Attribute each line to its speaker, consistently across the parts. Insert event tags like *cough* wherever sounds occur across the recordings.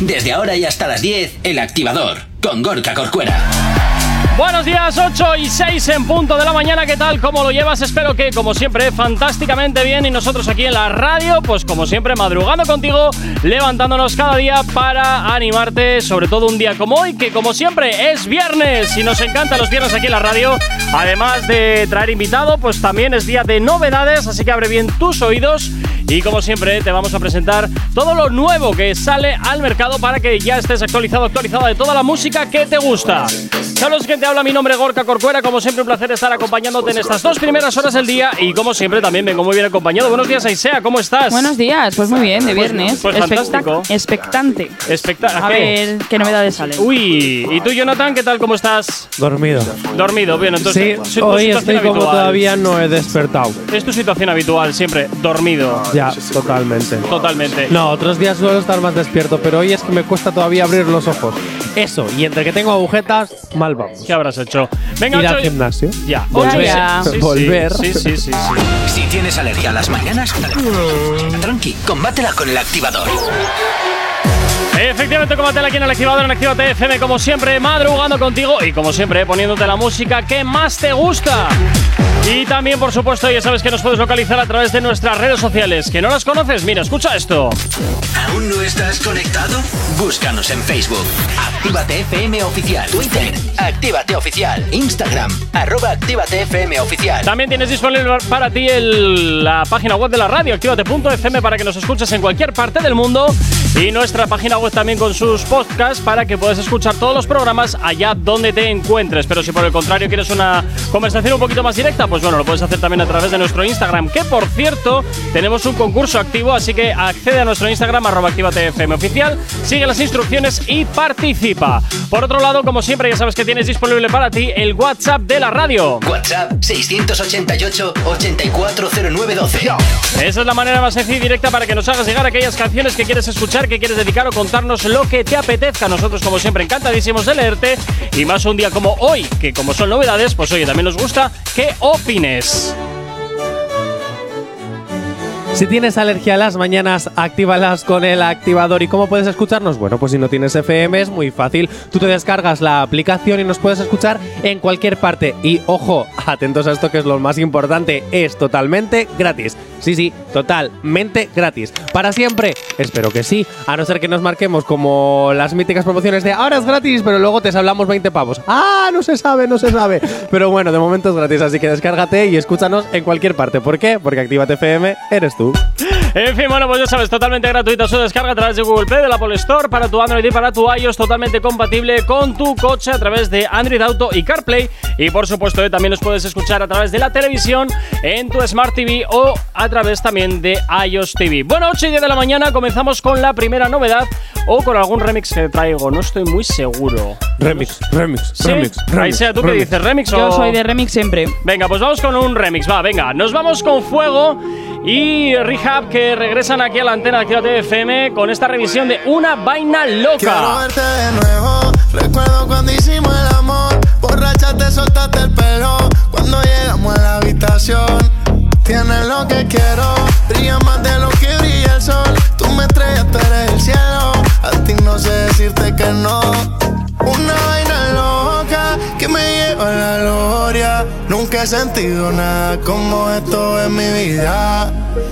Speaker 1: Desde ahora y hasta las 10, El Activador, con Gorka Corcuera.
Speaker 2: Buenos días, 8 y 6 en punto de la mañana. ¿Qué tal? ¿Cómo lo llevas? Espero que, como siempre, fantásticamente bien. Y nosotros aquí en la radio, pues como siempre, madrugando contigo, levantándonos cada día para animarte, sobre todo un día como hoy, que como siempre es viernes. Y nos encantan los viernes aquí en la radio. Además de traer invitado, pues también es día de novedades, así que abre bien tus oídos. Y como siempre, te vamos a presentar todo lo nuevo que sale al mercado para que ya estés actualizado, actualizada de toda la música que te gusta. Saludos que te habla, mi nombre es Gorka Corcuera. Como siempre, un placer estar acompañándote en estas dos primeras horas del día. Y como siempre, también vengo muy bien acompañado. Buenos días, Aisea, ¿cómo estás?
Speaker 3: Buenos días, pues muy bien, de
Speaker 2: Pues-
Speaker 3: viernes.
Speaker 2: pues fantástico.
Speaker 3: Expectante.
Speaker 2: Espectacular.
Speaker 3: A ver qué novedades salen.
Speaker 2: Uy, ¿y tú, Jonathan, qué tal? ¿Cómo estás?
Speaker 4: Dormido.
Speaker 2: Dormido, bien,
Speaker 4: Sí,
Speaker 2: entonces. tu
Speaker 4: hoy
Speaker 2: situación
Speaker 4: estoy como
Speaker 2: habitual.
Speaker 4: todavía no he despertado.
Speaker 2: Es tu situación habitual, siempre, dormido.
Speaker 4: Ya, totalmente.
Speaker 2: Totalmente.
Speaker 4: No, otros días suelo estar más despierto, pero hoy es que me cuesta todavía abrir los ojos. Eso, y entre que tengo agujetas, mal vamos.
Speaker 2: ¿Qué habrás hecho? Venga,
Speaker 4: Ir al
Speaker 2: ocho y-
Speaker 4: gimnasio.
Speaker 2: Ya,
Speaker 3: Volver.
Speaker 2: ocho y-
Speaker 3: Ya.
Speaker 2: sí, sí,
Speaker 4: Volver.
Speaker 2: Sí, sí, sí. sí.
Speaker 1: Si tienes alergia a las mañanas, tranqui, combátela con El Activador.
Speaker 2: Efectivamente, combátela aquí en el activador en Actívate FM, como siempre, madrugando contigo y como siempre, poniéndote la música que más te gusta. Y también, por supuesto, ya sabes que nos puedes localizar a través de nuestras redes sociales. ¿Que no las conoces? Mira, escucha esto.
Speaker 1: ¿Aún no estás conectado? Búscanos en Facebook. Actívate FM Oficial. Twitter. Actívate Oficial. Instagram. Arroba Actívate FM Oficial.
Speaker 2: También tienes disponible para ti el- la página web de la radio, activate.fm, para que nos escuches en cualquier parte del mundo. Y nuestra página web también con sus podcasts para que puedas escuchar todos los programas allá donde te encuentres. Pero si por el contrario quieres una conversación un poquito más directa, pues bueno, lo puedes hacer también a través de nuestro Instagram, que por cierto, tenemos un concurso activo, así que accede a nuestro Instagram, arroba activatefm oficial, sigue las instrucciones y participa. Por otro lado, como siempre, ya sabes que tienes disponible para ti el WhatsApp de la radio.
Speaker 1: WhatsApp 688-840912.
Speaker 2: Esa es la manera más sencilla y directa para que nos hagas llegar aquellas canciones que quieres escuchar, que quieres dedicar o contarnos lo que te apetezca. Nosotros, como siempre, encantadísimos de leerte y más un día como hoy, que como son novedades, pues oye, también nos gusta que opines.
Speaker 4: Si tienes alergia a las mañanas, actívalas con el activador. ¿Y cómo puedes escucharnos? Bueno, pues si no tienes FM es muy fácil. Tú te descargas la aplicación y nos puedes escuchar en cualquier parte. Y ojo, atentos a esto que es lo más importante, es totalmente gratis. Sí, sí, totalmente gratis. Para siempre, espero que sí. A no ser que nos marquemos como las míticas promociones de ahora es gratis, pero luego te hablamos 20 pavos. Ah, no se sabe, no se sabe. Pero bueno, de momento es gratis, así que descárgate y escúchanos en cualquier parte. ¿Por qué? Porque Actívate FM eres tú.
Speaker 2: En fin, bueno, pues ya sabes, totalmente gratuita su descarga a través de Google Play, de la Apple Store, para tu Android y para tu iOS, totalmente compatible con tu coche a través de Android Auto y CarPlay. Y por supuesto, eh, también nos puedes escuchar a través de la televisión, en tu Smart TV o a través también de iOS TV. Bueno, 8 y 10 de la mañana comenzamos con la primera novedad o con algún remix que traigo, no estoy muy seguro.
Speaker 4: Remix, remix,
Speaker 2: ¿Sí? Ahí sea, ¿tú qué dices? ¿Remix o.?
Speaker 3: Yo soy de remix siempre.
Speaker 2: Venga, pues vamos con un remix, va, venga. Nos vamos con Fuego y Rehab que regresan aquí a la antena de Actívate FM con esta revisión de Una Vaina
Speaker 5: Quiero
Speaker 2: Loca.
Speaker 5: verte de nuevo. Recuerdo cuando hicimos el amor. Borracha te soltaste el pelo. Cuando llegamos a la habitación. Tienes lo que quiero. Brilla más de lo que brilla el sol. Tú me estrellas, tú eres el cielo. A ti no sé decirte que no. Una vaina loca que me lleva a la gloria. Nunca he sentido nada como esto en mi vida.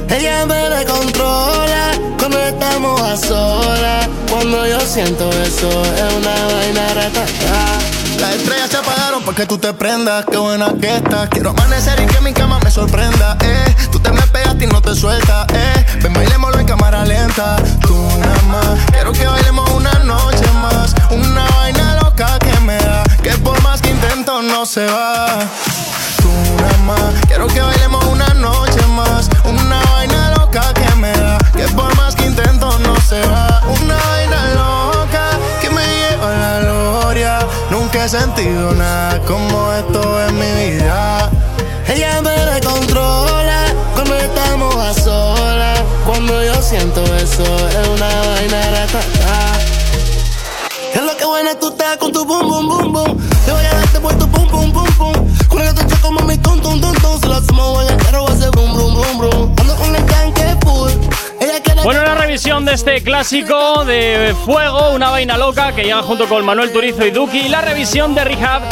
Speaker 6: Ella me descontrola cuando estamos a solas. Cuando yo siento eso es una vaina Ah. retardada.
Speaker 5: Las estrellas se apagaron porque tú te prendas, qué buena que estás. Quiero amanecer y que mi cama me sorprenda, eh. Tú te me pegaste y no te sueltas, eh. Ven, bailémoslo en cámara lenta, tú nada más. Quiero que bailemos una noche más, una vaina loca que me da, que por más que intento no se va. Tú nada más, quiero que bailemos una noche más, una vaina loca que me da, que por más que intento no se va. Una vaina loca que me lleva a la gloria. Nunca he sentido nada como esto en mi vida.
Speaker 6: Ella me descontrola cuando estamos a solas. Cuando yo siento eso es una vaina retardada. Es lo que buena tú estás con tu bum bum bum bum. Te voy a darte por tu pum pum pum pum. Con el otro como mi tum tum tum tum. Se lo hacemos en el carro, va a ser brum brum brum brum. Ando con el tanque full. Ella quiere
Speaker 2: Bueno, una versión de este clásico de Fuego, Oh, una vaina loca, que llega junto con Manuel Turizo y Duki, y la revisión de Rehab,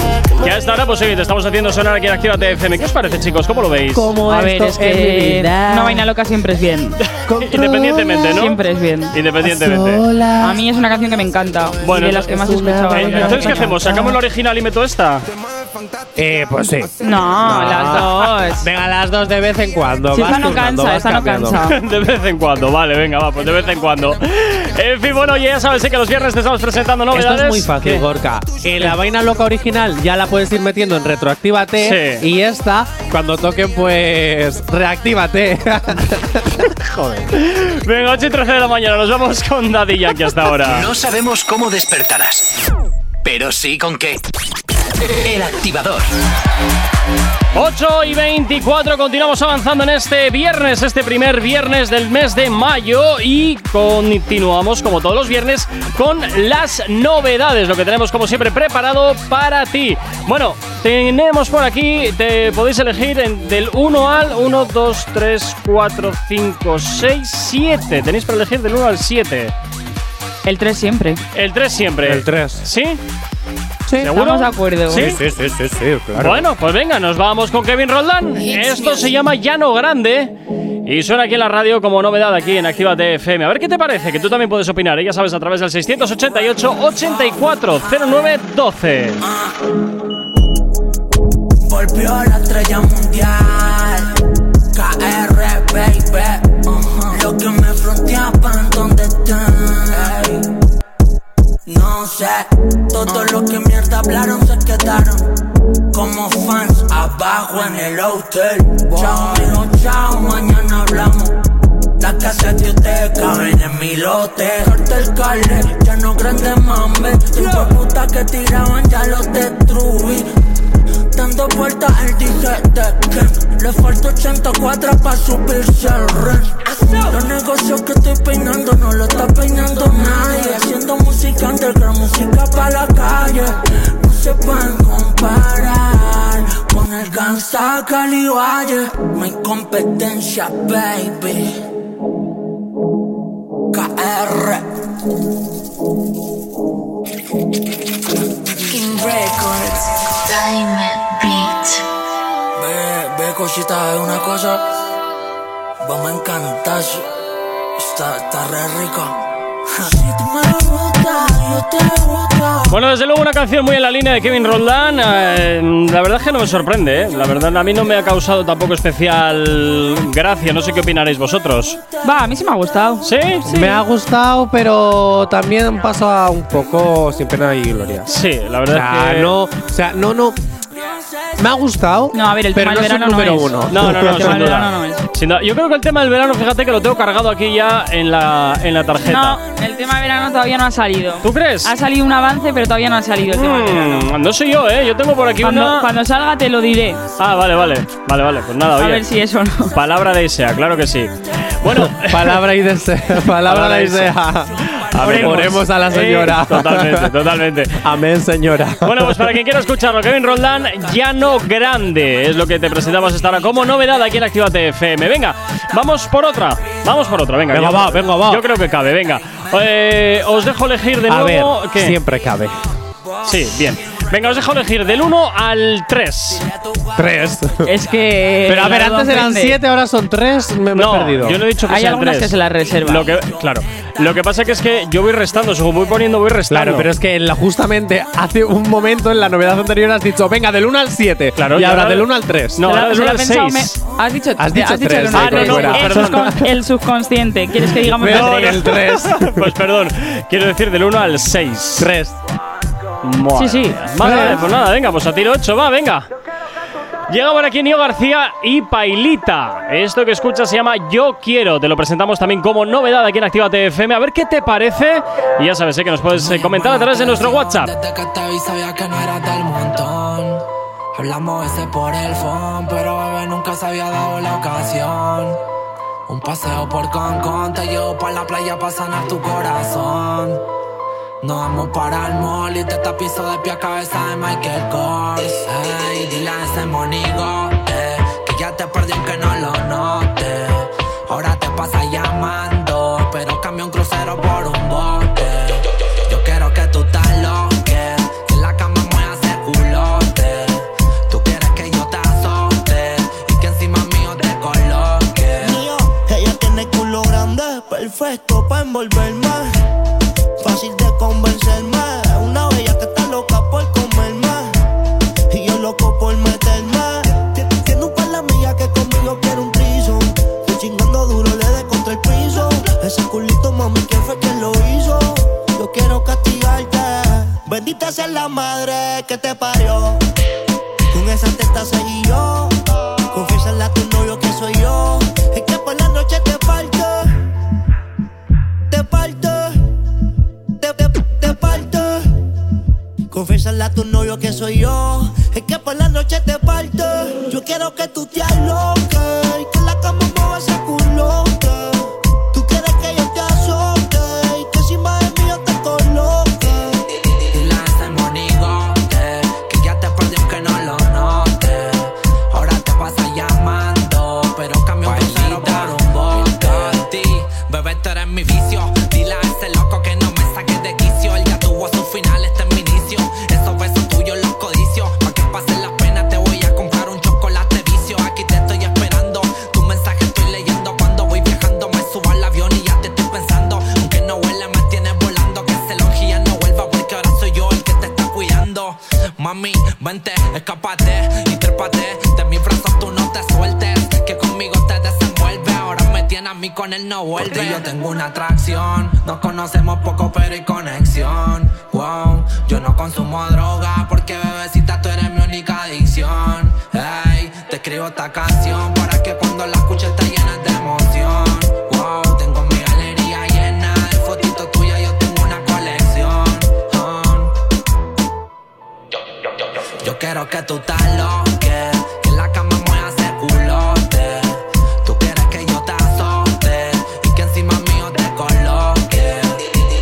Speaker 2: que a esta hora, pues oye, te estamos haciendo sonar aquí en Activa TFM. ¿Qué os parece, chicos? ¿Cómo lo veis?
Speaker 4: Como
Speaker 3: A ver, es que una vaina loca siempre es bien.
Speaker 2: *laughs* Independientemente, ¿no?
Speaker 3: Siempre es bien.
Speaker 2: Independientemente.
Speaker 3: A mí es una canción que me encanta.
Speaker 2: Bueno,
Speaker 3: y de las que más he escuchado.
Speaker 2: Eh, Entonces, ¿qué hacemos? ¿Sacamos la original y meto esta?
Speaker 4: Eh, pues sí.
Speaker 3: No, las dos.
Speaker 4: Venga, las dos de vez en cuando.
Speaker 3: Si
Speaker 4: vas
Speaker 3: esta no
Speaker 4: turnando,
Speaker 3: cansa,
Speaker 4: vas
Speaker 3: esta no
Speaker 4: cambiando.
Speaker 3: cansa.
Speaker 2: *laughs* De vez en cuando, vale, venga, va, pues de vez en cuando. En fin, bueno, oye, ya sabes sí, que los viernes te estamos presentando novedades.
Speaker 4: Esto es muy fácil,
Speaker 2: ¿Qué?
Speaker 4: Gorka. Eh, la vaina loca original ya la puedes ir metiendo en retroactívate.
Speaker 2: Sí.
Speaker 4: Y esta, cuando toquen, pues reactívate. *laughs*
Speaker 2: Venga, 8 y 13 de la mañana, nos vamos con Daddy Yankee hasta ahora.
Speaker 1: No sabemos cómo despertarás, pero sí con qué. El activador.
Speaker 2: 8 y 24, continuamos avanzando en este viernes, este primer viernes del mes de mayo y continuamos como todos los viernes con las novedades, lo que tenemos como siempre preparado para ti. Bueno, tenemos por aquí, te podéis elegir en- del 1 al 1, 2, 3, 4, 5, 6, 7. Tenéis para elegir del 1 al 7.
Speaker 3: El 3 siempre.
Speaker 2: El 3 siempre.
Speaker 4: El 3.
Speaker 2: ¿Sí? ¿Seguro?
Speaker 3: Estamos de acuerdo.
Speaker 2: ¿Sí?
Speaker 4: sí, sí, sí, claro.
Speaker 2: Bueno, pues venga, nos vamos con Kevin Roldán. Esto se llama Llano Grande y suena aquí en la radio como novedad aquí en Actívate FM. A ver qué te parece, que tú también puedes opinar, ¿eh? ya sabes, a través del 688 840912 12
Speaker 7: Volvió la estrella mundial. KR, baby. Lo que me fronteaban, ¿dónde están? No sé, todo lo que mierda hablaron se quedaron. Como fans, abajo en el hotel. Chao, amigo, chao, mañana hablamos. La casa de ustedes caben en mi lote. Cartel Cale, ya no grandes mames. Cinco putas que tiraban, ya los destruí. Dando vueltas al dije de que Le falta 84 para subirse al ring Los negocios que estoy peinando no lo está peinando nadie Haciendo música underground, música para la calle No se pueden comparar con el Gangsta Cali Valle No hay competencia, baby KR
Speaker 8: King Records. Diamond Beat.
Speaker 7: Ve, ve cosita, es una cosa. Vamos a encantar. Está, está re rica. Si tú me gustas, yo te gusto.
Speaker 2: Bueno, desde luego una canción muy en la línea de Kevin Roldán. eh, la verdad es que no me sorprende, ¿eh? la verdad a mí no me ha causado tampoco especial gracia, no sé qué opinaréis vosotros.
Speaker 3: Va, a mí sí me ha gustado.
Speaker 2: ¿Sí?
Speaker 4: Me ha gustado, pero también pasa un poco sin pena y gloria.
Speaker 2: Sí, la
Speaker 4: O
Speaker 2: verdad
Speaker 4: sea,
Speaker 2: es que…
Speaker 4: no, o sea, no, no. Me ha gustado.
Speaker 3: No, a ver, el
Speaker 4: pero
Speaker 3: tema
Speaker 4: no
Speaker 3: del
Speaker 4: es un
Speaker 3: verano no
Speaker 4: número
Speaker 3: es.
Speaker 4: uno.
Speaker 2: No, no,
Speaker 4: *laughs*
Speaker 3: *laughs*
Speaker 2: no,
Speaker 3: El tema
Speaker 2: sin
Speaker 3: del
Speaker 2: duda.
Speaker 3: verano no es.
Speaker 2: Sin duda. Yo creo que el tema del verano, fíjate que lo tengo cargado aquí ya en la, en la tarjeta.
Speaker 3: No, el tema de verano todavía no ha salido.
Speaker 2: ¿Tú crees?
Speaker 3: Ha salido un avance, pero todavía no ha salido el tema de verano.
Speaker 2: Mm, no soy yo, ¿eh? Yo tengo por aquí
Speaker 3: Cuando,
Speaker 2: una…
Speaker 3: cuando salga te lo diré.
Speaker 2: Ah, vale, vale. Vale, vale. Pues nada,
Speaker 3: A
Speaker 2: oye.
Speaker 3: ver si eso no.
Speaker 2: Palabra de Isea, claro que sí. Bueno…
Speaker 4: *laughs* Palabra
Speaker 2: *laughs*
Speaker 4: y deseo. Palabra y deseo.
Speaker 2: A ver,
Speaker 4: Oremos a la señora.
Speaker 2: Eh,
Speaker 4: *laughs*
Speaker 2: totalmente, totalmente.
Speaker 4: Amén, señora.
Speaker 2: Bueno, pues para quien quiera escucharlo, Kevin Roldán, Llano Grande, es lo que te presentamos esta hora como novedad aquí en Actívate FM. Venga, vamos por otra, vamos por otra, venga.
Speaker 4: Venga,
Speaker 2: yo-
Speaker 4: va, venga, va.
Speaker 2: Yo creo que cabe, venga. Eh, os dejo elegir de
Speaker 4: a ver,
Speaker 2: nuevo… ¿qué?
Speaker 4: siempre cabe.
Speaker 2: Sí, bien. Venga, os dejo elegir del 1 al 3.
Speaker 4: Tres.
Speaker 3: Es que.
Speaker 4: Pero a ver,
Speaker 3: Eh, Eduardo
Speaker 4: antes eran
Speaker 3: aprende.
Speaker 4: siete, ahora son tres. Me, me
Speaker 2: no,
Speaker 4: he perdido.
Speaker 2: yo no he dicho que
Speaker 3: Hay
Speaker 2: sean
Speaker 3: algunas
Speaker 2: tres.
Speaker 3: que se las reservan.
Speaker 2: Lo que, claro. Lo que pasa que es que yo voy restando, según voy poniendo, voy restando.
Speaker 4: Claro, pero es que en la- justamente hace un momento en la novedad anterior has dicho, venga, del 1 al 7.
Speaker 2: Claro,
Speaker 4: y
Speaker 2: y
Speaker 4: ahora
Speaker 2: ahora-
Speaker 4: del 1 al 3.
Speaker 2: No,
Speaker 3: Se la-
Speaker 2: ahora del
Speaker 3: se la
Speaker 2: uno al
Speaker 3: he pensado,
Speaker 2: seis.
Speaker 3: me- Has dicho,
Speaker 4: Has dicho
Speaker 3: has dicho
Speaker 4: tres,
Speaker 3: el uno
Speaker 4: ah,
Speaker 3: al
Speaker 4: no,
Speaker 3: tres.
Speaker 4: no,
Speaker 3: el,
Speaker 2: perdón.
Speaker 3: subcon- el subconsciente. ¿Quieres que digamos el
Speaker 4: Peor
Speaker 3: tres?
Speaker 4: el 3.
Speaker 3: *laughs*
Speaker 2: pues perdón, quiero decir del 1 al 6.
Speaker 4: 3.
Speaker 3: Sí, sí.
Speaker 2: Vale,
Speaker 4: Eh.
Speaker 2: vale, pues nada, venga, pues a tiro 8, va, venga. Llega por aquí Nio García y Pailita. Esto que escuchas se llama Yo Quiero. Te lo presentamos también como novedad aquí en Activa FM. A ver qué te parece. Y ya sabes ¿eh? que nos puedes eh, comentar a través de nuestro WhatsApp.
Speaker 7: Desde que te vi sabía que no eras del montón. Hablamos ese por el phone, pero bebé nunca se había dado la ocasión. Un paseo por Cancún, te llevo para la playa para sanar tu corazón. Nos vamos para el mall y te tapizo de pie a cabeza de Michael Kors. Ey, dile a ese monigo eh, que ya te perdí aunque no lo note. Ahora te pasa llamando, pero cambia un
Speaker 6: a ser la madre que te parió. Con esa testa seguí yo. Confiésale a tu novio que soy yo. Es que por la noche te parto. Te parto. Te, te, te parto. Confiésale a tu novio que soy yo. Es que por la noche te parto. Yo quiero que tú te loca y que en la cama mueva ese culo. Tú quieres que yo te azote y que encima de mí yo te coloque.
Speaker 9: Dile hasta el monigote que ya te perdí aunque no lo note. Ahora te pasa llamando, pero cambio un crucero por un bote. Bebé, tú eres mi vicio. Dile a ese loco que no me saque de quicio. Él ya tuvo su final, este es mi inicio. Esos besos tuyos los codicio. Pa' que pasen las penas, te voy a comprar un chocolate vicio. Aquí te estoy esperando. Tu mensaje estoy leyendo. Cuando voy viajando, me subo al avión y ya te estoy pensando. Aunque no huele, me tienes volando. Que ese longe ya no vuelva, porque ahora soy yo el que te está cuidando. Mami, vente, escápate y trépate. De mis brazos tú no te sueltes. Que conmigo te desenvuelve. Ahora me tiene a mí con él, no vuelve. Por ti yo tengo una atracción. Nos conocemos poco, pero hay conexión. Wow, yo no consumo droga. Porque bebecita, tú eres mi única adicción. Hey, te escribo esta canción. Para que cuando la escuches te llenes de emoción. Wow, tengo mi galería llena de fotitos tuyas. Yo tengo una colección. Ah. Yo quiero que tú te loques, que en la cama mueva ese culote. Tú quieres que yo te azote y que encima mío te coloque.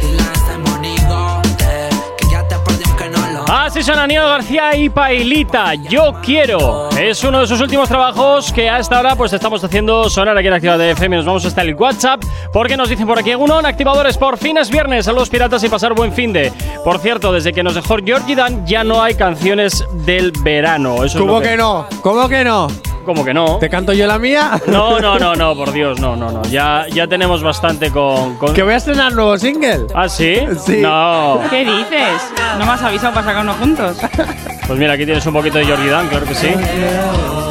Speaker 9: Dile a ese monigote que ya te perdí aunque no lo
Speaker 2: Así son Aníbal García y Pailita. Yo quiero. Es uno de sus últimos trabajos que a esta hora pues estamos haciendo sonar aquí en Activa de FM. Nos vamos hasta el WhatsApp porque nos dicen por aquí Unón, activadores por fines viernes. Saludos piratas y pasar buen fin de. Por cierto, desde que nos dejó Georgie Dan ya no hay canciones del verano. Oh, Eso es
Speaker 4: ¿Cómo
Speaker 2: lo
Speaker 4: que no? ¿Cómo que no?
Speaker 2: ¿Cómo que no?
Speaker 4: ¿Te canto yo la mía?
Speaker 2: No, no, no, no, por Dios, no, no, no. Ya, ya tenemos bastante con. con-
Speaker 4: ¿Que voy a estrenar nuevo single?
Speaker 2: ¿Ah, sí?
Speaker 4: Sí.
Speaker 2: No.
Speaker 3: ¿Qué dices? No me has avisado para sacarnos juntos.
Speaker 2: Pues mira, aquí tienes un poquito de Georgie Dan, claro que sí.
Speaker 4: No, *laughs*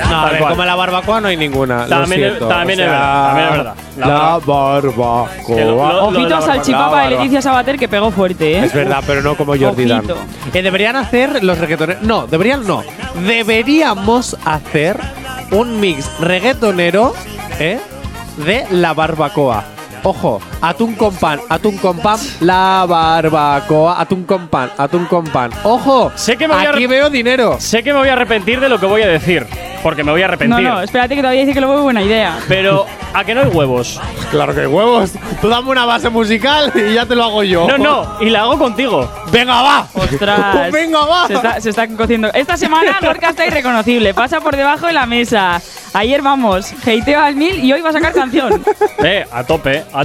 Speaker 4: a
Speaker 2: Tal
Speaker 4: ver,
Speaker 2: cual.
Speaker 4: como la barbacoa no hay ninguna. lo
Speaker 2: También es-
Speaker 4: siento,
Speaker 2: también es verdad, también es verdad. La
Speaker 4: La, barbacoa.
Speaker 2: Que lo- lo- lo-
Speaker 3: Ojito
Speaker 2: la
Speaker 3: a salchipapa de Leticia Sabater que pegó fuerte, ¿eh?
Speaker 4: Es verdad, pero no como Jordi Dan.
Speaker 3: Ojito.
Speaker 4: Eh, deberían hacer los reggaetoneros. No, deberían no. Deberíamos hacer un mix reggaetonero ¿eh? de la barbacoa. Ojo, atún con pan, atún con pan, la barbacoa, atún con pan, atún con pan. Ojo,
Speaker 2: Sé que me voy a re-
Speaker 4: aquí veo dinero.
Speaker 2: Sé que me voy a arrepentir de lo que voy a decir, porque me voy a
Speaker 3: No,
Speaker 2: arrepentir.
Speaker 3: no, espérate que todavía dice que lo veo buena idea.
Speaker 2: pero a que no hay huevos.
Speaker 4: Claro que hay huevos. Tú dame una base musical y ya te lo hago yo.
Speaker 2: No, no, y la hago contigo.
Speaker 4: Venga, va. *laughs*
Speaker 3: Ostras.
Speaker 4: Pues Venga, va.
Speaker 3: Se está, se está cociendo.
Speaker 4: *laughs*
Speaker 3: Esta semana Gorka está irreconocible. Pasa por debajo de la mesa. Ayer vamos, hateo al mil y hoy va a sacar canción.
Speaker 2: Eh, a tope. a-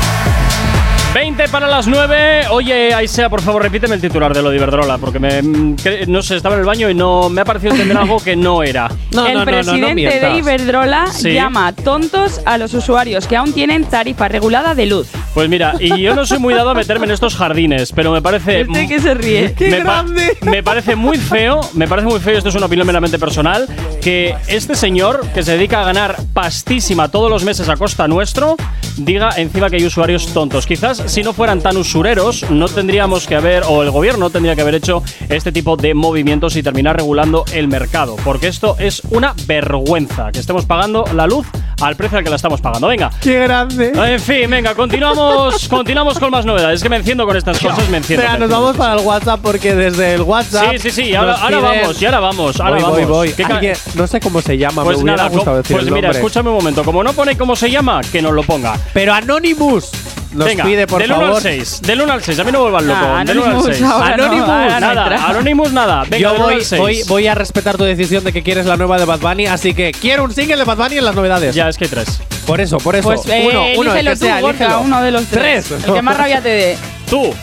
Speaker 2: 20 para las 9. Oye, Aisea, por favor, repíteme el titular de lo de Iberdrola, porque me, mm, cre- no sé, estaba en el baño y no me ha parecido
Speaker 3: *laughs*
Speaker 2: entender algo que no era.
Speaker 4: No, no, no,
Speaker 3: el
Speaker 4: no, no
Speaker 3: presidente
Speaker 4: mientas.
Speaker 3: de Iberdrola
Speaker 2: Sí.
Speaker 3: llama tontos a los usuarios que aún tienen tarifa regulada de luz.
Speaker 2: Pues mira, y yo no soy muy dado a meterme en estos jardines, pero me parece.
Speaker 3: Este que se ríe.
Speaker 4: ¡Qué
Speaker 2: me pa-
Speaker 4: grande!
Speaker 2: me parece muy feo, me parece muy feo, esto es una opinión meramente personal, que este señor que se dedica a ganar pastísima todos los meses a costa nuestro, diga encima que hay usuarios tontos. Quizás si no fueran tan usureros, no tendríamos que haber, o el gobierno tendría que haber hecho este tipo de movimientos y terminar regulando el mercado, porque esto es una vergüenza, que estemos pagando la luz al precio al que la estamos pagando. Venga,
Speaker 4: Qué grande.
Speaker 2: en fin, venga,
Speaker 4: *laughs*
Speaker 2: continuamos, continuamos con más novedades. Es que me enciendo con estas cosas, me enciendo.
Speaker 4: Espera,
Speaker 2: me
Speaker 4: nos
Speaker 2: enciendo.
Speaker 4: vamos para el WhatsApp porque desde el WhatsApp.
Speaker 2: Sí, sí, sí, y ahora,
Speaker 4: nos
Speaker 2: ahora
Speaker 4: piden-
Speaker 2: vamos, y ahora vamos, ahora
Speaker 4: Voy,
Speaker 2: vamos.
Speaker 4: voy, voy.
Speaker 2: ¿Qué ca-
Speaker 4: Alguien- no sé cómo se llama,
Speaker 2: Pues
Speaker 4: me hubiera
Speaker 2: nada,
Speaker 4: gustado
Speaker 2: co-
Speaker 4: decir
Speaker 2: pues
Speaker 4: el
Speaker 2: mira,
Speaker 4: nombre.
Speaker 2: escúchame un momento. Como no pone cómo se llama, que nos lo ponga.
Speaker 4: Pero Anonymous nos
Speaker 2: Venga,
Speaker 4: pide, por
Speaker 2: del 1
Speaker 4: favor.
Speaker 2: al 6. Del 1 al 6, a mí no me vuelvan loco.
Speaker 3: Ah,
Speaker 2: del 1 al
Speaker 3: Anonymous
Speaker 2: 6.
Speaker 3: ahora no,
Speaker 2: Anonymous,
Speaker 3: ahora no
Speaker 2: nada.
Speaker 3: entra.
Speaker 2: Anonymous, nada. Ah, Venga,
Speaker 4: Yo
Speaker 2: del 1
Speaker 4: voy,
Speaker 2: al 6.
Speaker 4: voy, voy a respetar tu decisión de que quieres la nueva de Bad Bunny, así que quiero un single de Bad Bunny en las novedades.
Speaker 2: Ya, es que hay tres.
Speaker 4: Por eso, por eso.
Speaker 3: Pues eh,
Speaker 4: uno, uno, el
Speaker 3: elígelo
Speaker 4: que sea,
Speaker 3: tú, Gorka,
Speaker 4: elígelo.
Speaker 3: uno de los tres.
Speaker 4: Tres.
Speaker 3: El que
Speaker 4: *laughs*
Speaker 3: más rabia te dé.
Speaker 2: Tú.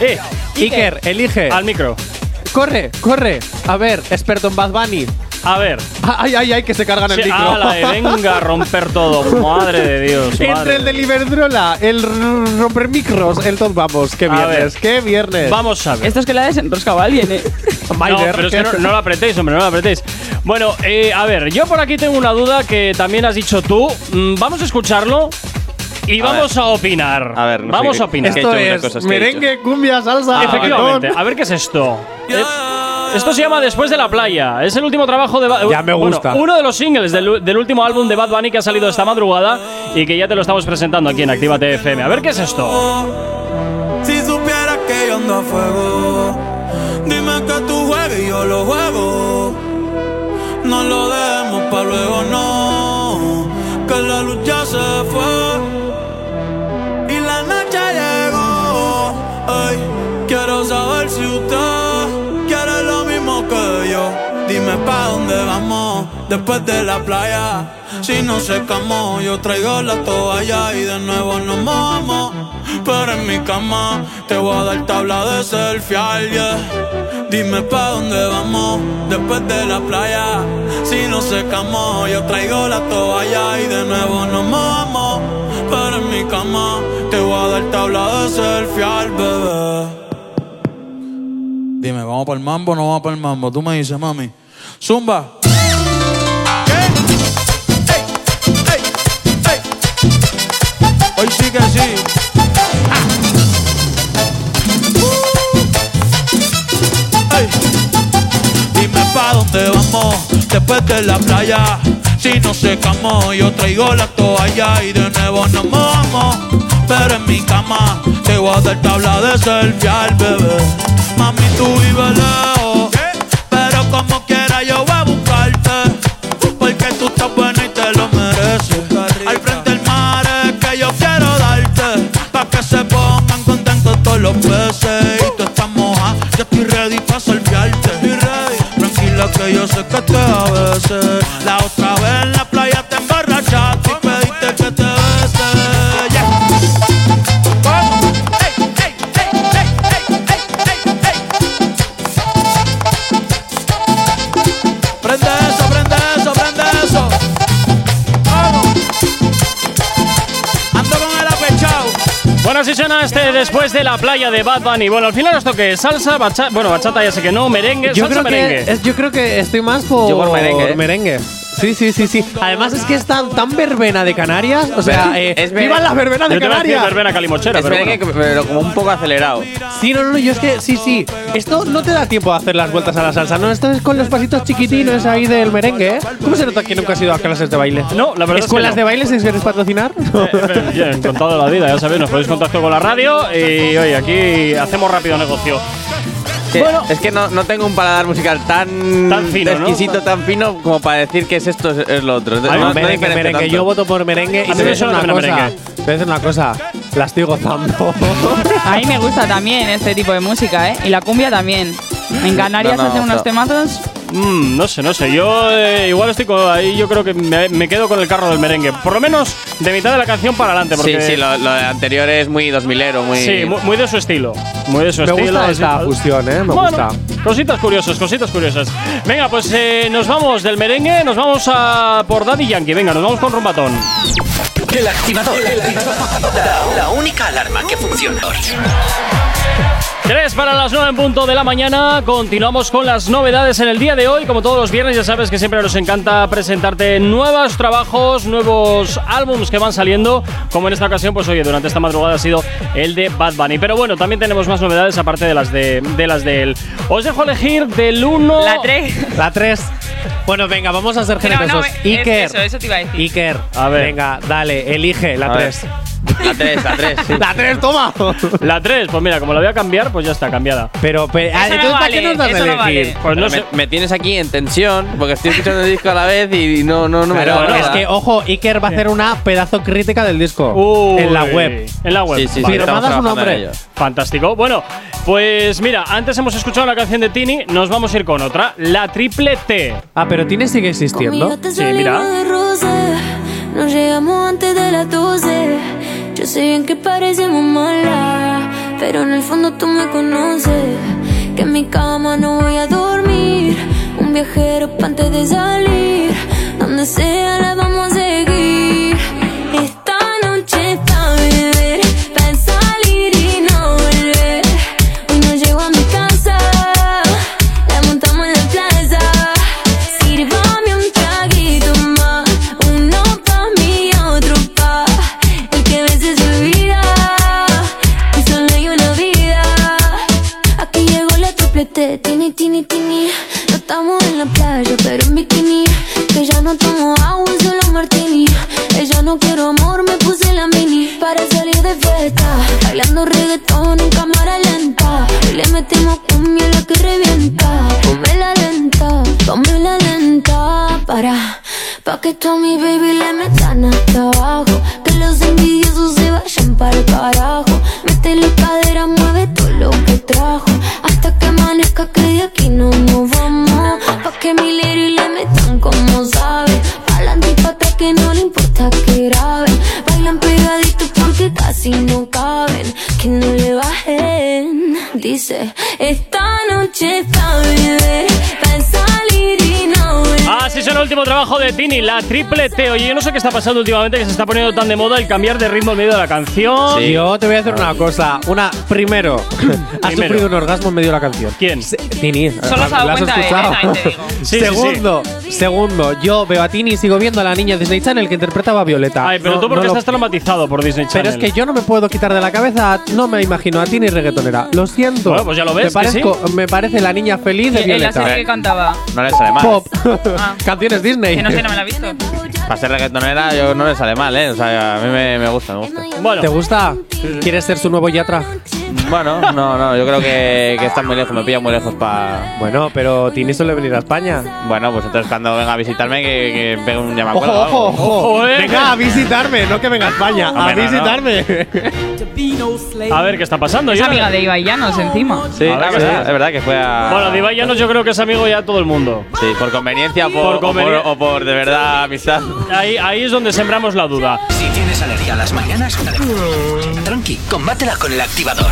Speaker 2: Eh,
Speaker 4: Iker, elige.
Speaker 2: al micro.
Speaker 4: Corre, corre. A ver, experto en Bad Bunny.
Speaker 2: A ver.
Speaker 4: Ay, ay, ay, que se cargan el
Speaker 2: Sí,
Speaker 4: micro.
Speaker 2: ala, eh,
Speaker 4: *laughs*
Speaker 2: venga a romper todo. Madre de Dios. madre.
Speaker 4: Entre el del Iberdrola, el r- romper micros, el todo vamos, qué
Speaker 2: A
Speaker 4: viernes,
Speaker 2: ver.
Speaker 4: qué viernes.
Speaker 2: Vamos a ver.
Speaker 3: Esto es que la ha desenroscado alguien, ¿eh?
Speaker 2: No,
Speaker 4: Maider,
Speaker 2: pero es que no,
Speaker 4: ¿qué-
Speaker 2: no lo apretéis, hombre, no lo apretéis. Bueno, eh, a ver, yo por aquí tengo una duda que también has dicho tú. Mm, vamos a escucharlo. y vamos a, opinar.
Speaker 10: A ver, no sé
Speaker 2: vamos
Speaker 10: qué-
Speaker 2: a opinar. Ah,
Speaker 10: qué he
Speaker 4: Esto
Speaker 10: hecho, una
Speaker 4: es
Speaker 10: cosa es que he
Speaker 4: merengue, cumbia, salsa,
Speaker 2: Efectivamente.
Speaker 4: reggaetón.
Speaker 2: A ver qué es esto. Eh, Esto se llama Después de la playa. Es el último trabajo de. Ba-
Speaker 4: Ya me
Speaker 2: bueno,
Speaker 4: gusta.
Speaker 2: uno de los singles del, del último álbum de Bad Bunny que ha salido esta madrugada y que ya te lo estamos presentando aquí en Actívate FM. A ver qué es esto.
Speaker 11: Si supieras que yo ando a fuego, dime que tú juegas y yo lo juego. No lo dejemos para luego, no. Que la luz ya se fue y la noche llegó. Ey, quiero saber si usted quiere lo mismo que yo. Dime pa' dónde vamos después de la playa. Si no secamos, yo traigo la toalla y de nuevo nos mojamos. Pero en mi cama te voy a dar tabla de selfie, al, yeah. Dime pa' dónde vamos después de la playa. Si no secamos, yo traigo la toalla y de nuevo nos mojamos. Pero en mi cama te voy a dar tabla de selfie al bebé. Dime, ¿vamos para el mambo o no vamos para el mambo? Tú me dices, mami. Zumba. ¿Qué? Ey, ey, ey. Hoy sí que sí. Ah. Uh. Ey. Dime pa' dónde vamos después de la playa. Si no secamos, yo traigo la toalla y de nuevo nos mojamos. Pero en mi cama te voy a dar tabla de selfie al bebé. Mami, tú vives lejos, pero como quiera yo voy a buscarte. Porque tú estás buena y te lo mereces. Al frente del mar es que yo quiero darte. Pa' que se pongan contentos todos los peces. Y tú estás moja, yo estoy ready pa' salviarte. Tranquila que yo sé que te a veces. La otra vez en la playa te emborrachaste y pediste que te bese. Yeah. Vamos. Ey, ey, ey, ey, ey, ey, ey, ey. Prende eso, prende eso, prende eso. Vamos. Ando con el apechao.
Speaker 2: Bueno, así suena este después de la playa de Bad Bunny. Bueno, al final esto que es salsa, bachata. Bueno, bachata ya sé que no, merengue,
Speaker 4: Yo
Speaker 2: salsa
Speaker 4: creo, que,
Speaker 2: merengue.
Speaker 4: es- yo creo que estoy más por,
Speaker 10: Yo por merengue, ¿eh?
Speaker 4: merengue. Sí, sí, sí, sí. Además es que es tan, tan verbena de Canarias. O sea, eh,
Speaker 10: Es ver-
Speaker 4: ¡vivan las verbenas de
Speaker 2: Yo te voy a decir
Speaker 4: Canarias!
Speaker 2: verbena calimochera,
Speaker 10: Es
Speaker 2: pero
Speaker 10: merengue,
Speaker 2: bueno.
Speaker 10: pero como un poco acelerado.
Speaker 4: Sí, no, no, no, yo es que sí, sí. Esto no te da tiempo de hacer las vueltas a la salsa, ¿no? Esto es con los pasitos chiquitines ahí del merengue, ¿eh? ¿Cómo se nota que nunca has ido a clases de baile?
Speaker 2: No, la verdad es que
Speaker 4: ¿Escuelas
Speaker 2: no.
Speaker 4: de baile si quieres patrocinar? *laughs*
Speaker 2: Eh, Bien, con toda la vida, *laughs* ya sabéis, nos podéis contactar con la radio y oye, aquí hacemos rápido negocio.
Speaker 10: Que
Speaker 2: Bueno.
Speaker 10: Es que no, no tengo un paladar musical tan,
Speaker 2: Tan fino, ¿no?
Speaker 10: exquisito, tan fino como para decir que es esto es, es lo otro. No,
Speaker 2: mí
Speaker 10: no
Speaker 2: me
Speaker 10: diferencia
Speaker 4: merengue, merengue.
Speaker 10: tanto.
Speaker 4: Yo voto por merengue y
Speaker 2: A mí
Speaker 4: te voy
Speaker 2: me
Speaker 4: a decir
Speaker 2: suena
Speaker 4: una
Speaker 2: también
Speaker 4: cosa.
Speaker 2: merengue.
Speaker 4: Te voy a decir una cosa. La estoy
Speaker 2: *laughs*
Speaker 4: gozando.
Speaker 3: A mí me gusta también este tipo de música, ¿eh? Y la cumbia también. En Canarias
Speaker 10: No, no,
Speaker 3: hacen
Speaker 10: no.
Speaker 3: unos temazos.
Speaker 2: Mm, no sé, no sé. Yo eh, igual estoy co- ahí. Yo creo que me, me quedo con el carro del merengue. Por lo menos de mitad de la canción para adelante.
Speaker 10: Sí,
Speaker 2: Porque,
Speaker 10: sí, lo, lo anterior es muy 2000ero, muy.
Speaker 2: sí, mu- muy, de su estilo. Muy de su
Speaker 4: Me
Speaker 2: estilo.
Speaker 4: gusta
Speaker 2: así,
Speaker 4: esta
Speaker 2: tal.
Speaker 4: fusión, ¿eh? Me
Speaker 2: Bueno,
Speaker 4: gusta.
Speaker 2: cositas curiosas, cositas curiosas. Venga, pues eh, nos vamos del merengue, nos vamos a por Daddy Yankee. Venga, nos vamos con Rumbatón.
Speaker 1: El activador. La, la única alarma que funciona.
Speaker 2: 3 para las 9 en punto de la mañana. Continuamos con las novedades en el día de hoy. Como todos los viernes, ya sabes que siempre nos encanta presentarte nuevos trabajos, nuevos álbums que van saliendo. Como en esta ocasión, pues oye, durante esta madrugada ha sido el de Bad Bunny. Pero bueno, también tenemos más novedades aparte de las de, de las de él. Os dejo elegir del 1.
Speaker 3: La 3.
Speaker 4: La 3. Bueno, venga, vamos a ser
Speaker 3: Pero no,
Speaker 4: generosos.
Speaker 3: es
Speaker 4: Iker.
Speaker 3: eso, eso te iba a decir.
Speaker 4: Iker.
Speaker 2: A ver.
Speaker 4: Venga, dale, elige la
Speaker 10: A
Speaker 4: 3.
Speaker 10: La 3, la 3.
Speaker 4: La 3, toma.
Speaker 2: La 3, pues mira, como la voy a cambiar, pues ya está cambiada.
Speaker 4: Pero, pe- ah,
Speaker 3: no
Speaker 4: entonces, ¿para qué
Speaker 3: vale,
Speaker 4: nos das a
Speaker 3: eso no
Speaker 4: elegir?
Speaker 3: vale.
Speaker 2: Pues no
Speaker 10: me,
Speaker 2: sé.
Speaker 10: me tienes aquí en tensión porque estoy escuchando el disco a la vez y no, no, no me
Speaker 4: Pero
Speaker 10: da
Speaker 4: es
Speaker 10: nada.
Speaker 4: que, ojo, Iker va a hacer una pedazo crítica del disco en la
Speaker 2: Uy,
Speaker 4: web.
Speaker 2: En la web.
Speaker 10: Sí, sí, sí,
Speaker 2: Vale.
Speaker 4: Firmada
Speaker 10: estamos
Speaker 4: su
Speaker 10: trabajando en
Speaker 4: nombre.
Speaker 10: ello.
Speaker 2: Fantástico. Bueno, pues mira, antes hemos escuchado la canción de Tini, nos vamos a ir con otra, la triple T.
Speaker 4: Ah, pero Tini sigue existiendo.
Speaker 2: Sí, mira.
Speaker 8: Nos llegamos antes de las 12. Yo sé bien que parecemos malas, pero en el fondo tú me conoces. Que en mi cama no voy a dormir. Un viajero pa' antes de salir. Donde sea la vamos a seguir. Esta noche es pa' beber, pa' salir y no volver. Hoy no llego a mi casa, la montamos en la plaza. Sírvame un traguito más, uno pa' mí y otro pa' el que ves amor me puse la mini para salir de fiesta. Bailando reggaetón en cámara lenta. Y le metimos cumbia a la que revienta. Come la lenta, come la lenta. Para, pa' que tú a mi baby le metan hasta abajo. Que los envidiosos se vayan para el carajo. Mete la cadera, mueve todo lo que trajo. Hasta que amanezca que de aquí no nos vamos. Pa' que mi lady le metan como sabe. Pa'lante y pa' atrás que no le importa que graben. Bailan pegaditos porque casi no caben. Que no le bajen. Dice, esta noche es pa' beber, pa' salir y no volver.
Speaker 2: Así es el último trabajo de Tini, la triple T. Oye, yo no sé qué está pasando últimamente, que se está poniendo tan de moda el cambiar de ritmo en medio de la canción.
Speaker 10: Sí.
Speaker 4: Yo te voy a hacer una cosa. Una, primero, *clears throat* has
Speaker 2: Primero.
Speaker 4: sufrido un orgasmo en medio de la canción.
Speaker 2: ¿Quién?
Speaker 4: Se- Tini,
Speaker 3: Solo se ha dado
Speaker 4: ¿la has
Speaker 3: cuenta él,
Speaker 4: escuchado?
Speaker 3: ¿eh? También te digo.
Speaker 2: Sí, sí,
Speaker 4: *laughs* segundo, segundo, yo veo a Tini y sigo viendo a la niña Disney Channel que interpretaba a Violeta.
Speaker 2: Ay, pero
Speaker 4: No-
Speaker 2: tú porque
Speaker 4: no lo-
Speaker 2: estás traumatizado por Disney
Speaker 4: Pero
Speaker 2: Channel.
Speaker 4: es que yo no me puedo quitar de la cabeza, no me imagino a Tini reggaetonera. Lo siento.
Speaker 2: Bueno, pues ya lo
Speaker 4: Me,
Speaker 2: ves, que sí.
Speaker 4: parezco- me parece la niña feliz de
Speaker 3: En la
Speaker 4: Violeta.
Speaker 3: serie que cantaba.
Speaker 10: No le sale mal.
Speaker 4: Pop.
Speaker 3: Ah.
Speaker 4: *laughs* Canciones Disney.
Speaker 3: Que no sé, no me la he visto.
Speaker 10: Para ser reggaetonera yo no le sale mal, ¿eh? O sea, a mí me, me gusta, me gusta.
Speaker 2: Bueno,
Speaker 4: ¿Te gusta? ¿Quieres ser su nuevo Yatra?
Speaker 10: Bueno, no, no, yo creo que, que está muy lejos, me pilla muy lejos para...
Speaker 4: Bueno, pero Tini suele venir a España.
Speaker 10: Bueno, pues entonces cuando venga a visitarme que, que pegue un
Speaker 4: Ojo,
Speaker 10: llamamiento.
Speaker 4: ojo, ojo.
Speaker 2: Ojo, eh.
Speaker 4: Venga a visitarme, no que venga a España. A
Speaker 10: Hombre, no, no.
Speaker 4: visitarme.
Speaker 2: a ver qué está pasando.
Speaker 3: Es
Speaker 2: Yo-
Speaker 3: amiga de Ibai Llanos, encima.
Speaker 10: Sí,
Speaker 2: A ver
Speaker 10: es
Speaker 2: qué
Speaker 10: verdad,
Speaker 2: es.
Speaker 10: es verdad que fue a...
Speaker 2: Bueno, de Ibai Llanos yo creo que es amigo ya de todo el mundo.
Speaker 10: Sí, por conveniencia o por,
Speaker 2: Por
Speaker 10: o por-
Speaker 2: conveni-
Speaker 10: o por de verdad amistad.
Speaker 2: Ahí, ahí es donde sembramos la duda.
Speaker 1: Si tienes alergia a las mañanas, tranqui, combátela con el activador.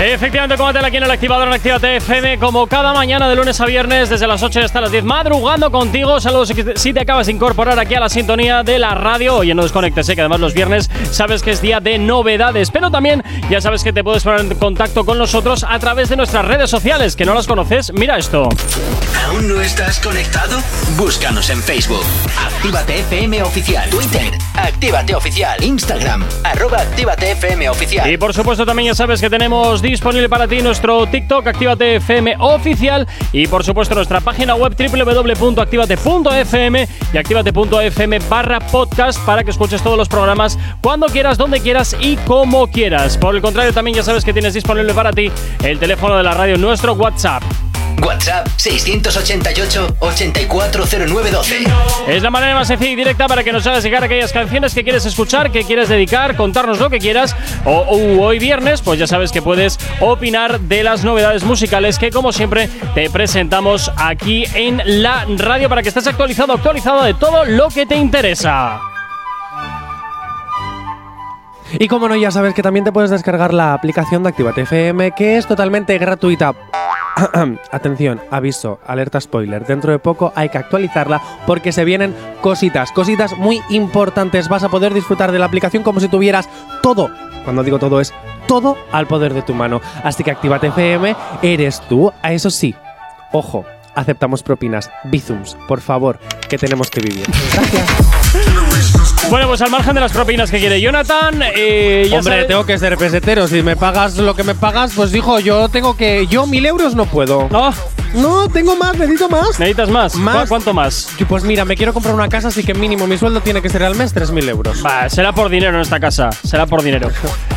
Speaker 2: Efectivamente, combátela aquí en el activador en Actívate FM, como cada mañana de lunes a viernes, desde las 8 hasta las 10, madrugando contigo. Saludos si te- si te acabas de incorporar aquí a la sintonía de la radio. Oye, no desconectes, eh, que además los viernes sabes que es día de novedades. Pero también ya sabes que te puedes poner en contacto con nosotros a través de nuestras redes sociales, que no las conoces. Mira esto.
Speaker 1: ¿Aún no estás conectado? Búscanos en Facebook. Actívate FM Oficial. Twitter. Actívate Oficial. Instagram. Arroba Actívate FM Oficial.
Speaker 2: Y por supuesto también ya sabes que tenemos disponible para ti nuestro TikTok Actívate FM oficial y por supuesto nuestra página web www.activate.fm y activate.fm barra podcast para que escuches todos los programas cuando quieras, donde quieras y como quieras. Por el contrario también ya sabes que tienes disponible para ti el teléfono de la radio, nuestro WhatsApp.
Speaker 1: WhatsApp 688-840912.
Speaker 2: Es la manera más sencilla y directa para que nos hagas llegar aquellas canciones que quieres escuchar, que quieres dedicar, contarnos lo que quieras. O, o hoy viernes, pues ya sabes que puedes opinar de las novedades musicales que, como siempre, te presentamos aquí en la radio para que estés actualizado, actualizado de todo lo que te interesa.
Speaker 4: Y como no, ya sabes que también te puedes descargar la aplicación de Actívate FM, que es totalmente gratuita. *clears throat* Atención, aviso, alerta spoiler. Dentro de poco hay que actualizarla porque se vienen cositas, cositas muy importantes. Vas a poder disfrutar de la aplicación como si tuvieras todo. Cuando digo todo es todo al poder de tu mano. Así que Actívate FM, eres tú. A eso sí, ojo, aceptamos propinas. Bizums, por favor, que tenemos que vivir.
Speaker 2: Bueno, pues al margen de las propinas que quiere Jonathan, eh, ya
Speaker 4: Hombre,
Speaker 2: sabes-
Speaker 4: tengo que ser pesetero. Si me pagas lo que me pagas, pues dijo, yo tengo que. Yo mil euros no puedo.
Speaker 2: No,
Speaker 4: No, tengo más, necesito más.
Speaker 2: ¿Necesitas más? ¿Cu-
Speaker 4: Más.
Speaker 2: ¿Cuánto más?
Speaker 4: Y Pues mira, me quiero comprar una casa, así que mínimo mi sueldo tiene que ser al mes 3.000 euros.
Speaker 2: Bah, será por dinero en esta casa, será por dinero.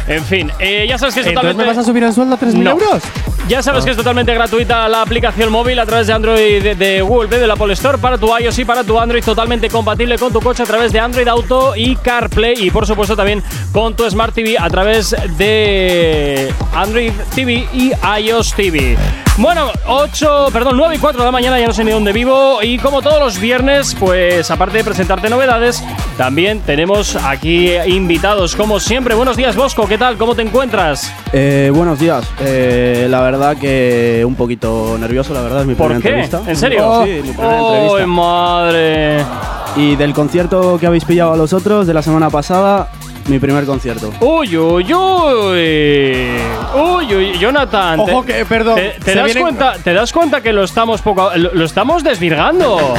Speaker 2: En fin, eh, ya sabes que es
Speaker 4: ¿Entonces
Speaker 2: totalmente...
Speaker 4: me vas a subir el sueldo a 3.000
Speaker 2: No.
Speaker 4: euros?
Speaker 2: Ya sabes que es totalmente gratuita la aplicación móvil a través de Android de, de Google Play, de la Apple Store, para tu iOS y para tu Android, totalmente compatible con tu coche a través de Android Auto y CarPlay y por supuesto también con tu Smart TV a través de Android TV y iOS TV. Bueno, 8, perdón, 9 y 4 de la mañana, ya no sé ni dónde vivo y como todos los viernes, pues aparte de presentarte novedades, también tenemos aquí invitados como siempre. Buenos días Bosco, ¿qué tal? ¿Cómo te encuentras?
Speaker 12: Eh, buenos días. Eh, la verdad que un poquito nervioso, la verdad, es mi
Speaker 2: ¿Por
Speaker 12: primera
Speaker 2: qué?
Speaker 12: entrevista.
Speaker 2: ¿En serio?
Speaker 12: sí, mi primera
Speaker 2: ¡Ay,
Speaker 12: entrevista.
Speaker 2: madre!
Speaker 12: Y del concierto que habéis pillado a los otros de la semana pasada, mi primer concierto.
Speaker 2: ¡Uy, uy, uy! ¡Uy, uy! Jonathan. te-
Speaker 4: Ojo que, perdón.
Speaker 2: Te, te
Speaker 4: se
Speaker 2: das
Speaker 4: vienen-
Speaker 2: cuenta, ¿Te das cuenta que lo estamos poco a- lo, lo estamos desvirgando?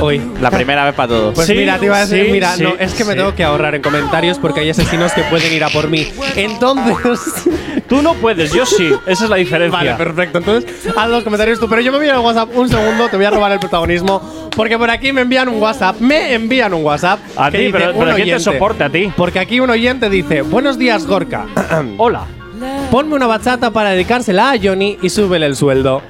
Speaker 4: Hoy.
Speaker 10: La primera vez para todos.
Speaker 4: Pues
Speaker 2: Sí,
Speaker 4: mira, te iba a decir,
Speaker 2: sí,
Speaker 4: mira,
Speaker 2: sí,
Speaker 4: no, es que me
Speaker 2: sí.
Speaker 4: tengo que ahorrar en comentarios porque hay asesinos que pueden ir a por mí. Entonces.
Speaker 2: *laughs* Tú no puedes, yo sí. Esa es la diferencia.
Speaker 4: Vale, perfecto. Entonces, haz los comentarios tú. Pero yo me miro el WhatsApp un segundo, te voy a robar el protagonismo. Porque por aquí me envían un WhatsApp. Me envían un WhatsApp.
Speaker 2: A
Speaker 4: que
Speaker 2: ti,
Speaker 4: dice
Speaker 2: pero,
Speaker 4: un
Speaker 2: pero ¿quién te
Speaker 4: oyente.
Speaker 2: soporta a ti?
Speaker 4: Porque aquí un oyente dice: Buenos días, Gorka. *clears throat*
Speaker 2: Hola.
Speaker 4: Ponme una bachata para dedicársela a Johnny y súbele el sueldo.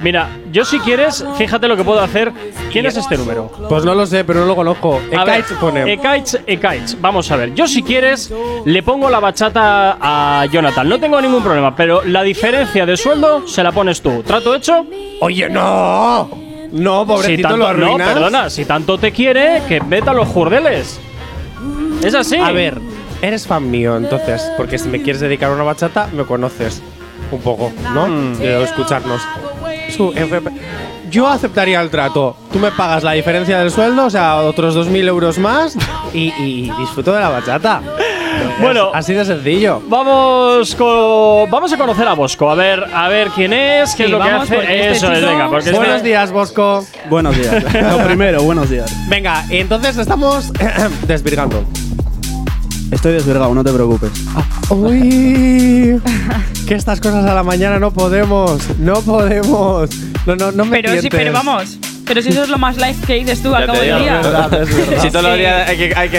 Speaker 2: Mira, yo si quieres, fíjate lo que puedo hacer. ¿Quién es este número?
Speaker 4: Pues no lo sé, pero no lo conozco.
Speaker 2: A ver,
Speaker 4: Ekaich pone.
Speaker 2: Ekaich, Ekaich. Vamos a ver. Yo, si quieres, le pongo la bachata a Jonathan. No tengo ningún problema, pero la diferencia de sueldo se la pones tú. ¿Trato hecho?
Speaker 4: Oye, no. No, pobrecito,
Speaker 2: si tanto,
Speaker 4: lo arruinas.
Speaker 2: No, perdona. Si tanto te quiere, que meta los jurdeles. Es así.
Speaker 4: A ver, eres fan mío, entonces, porque si me quieres dedicar una bachata, me conoces un poco, ¿no?
Speaker 2: Mm.
Speaker 4: De escucharnos. Su- FP. Yo aceptaría el trato. Tú me pagas la diferencia del sueldo, o sea, otros 2.000 euros más, y, y disfruto de la bachata.
Speaker 2: Bueno.
Speaker 4: Es así de sencillo.
Speaker 2: Vamos co- vamos a conocer a Bosco. A ver, a ver quién es, qué
Speaker 3: Sí,
Speaker 2: es lo que
Speaker 3: vamos,
Speaker 2: hace.
Speaker 3: porque este
Speaker 2: Eso es,
Speaker 3: chico-
Speaker 2: venga, porque
Speaker 4: Buenos
Speaker 2: este-
Speaker 4: días, Bosco.
Speaker 2: *laughs*
Speaker 12: Buenos días. Lo primero, buenos días.
Speaker 4: Venga, y entonces estamos *clears throat* desvirgando.
Speaker 12: Estoy desvergado, no te preocupes.
Speaker 4: Uy, *laughs* que estas cosas a la mañana no podemos, no podemos. No, no, no me
Speaker 3: Pero sí,
Speaker 4: tientes.
Speaker 3: pero vamos. Pero si eso es lo más live que dices tú al
Speaker 10: Ya
Speaker 3: cabo
Speaker 10: te
Speaker 3: del
Speaker 10: digo,
Speaker 3: día.
Speaker 10: es verdad,
Speaker 4: es verdad.
Speaker 10: Si todos los días hay que, hay que,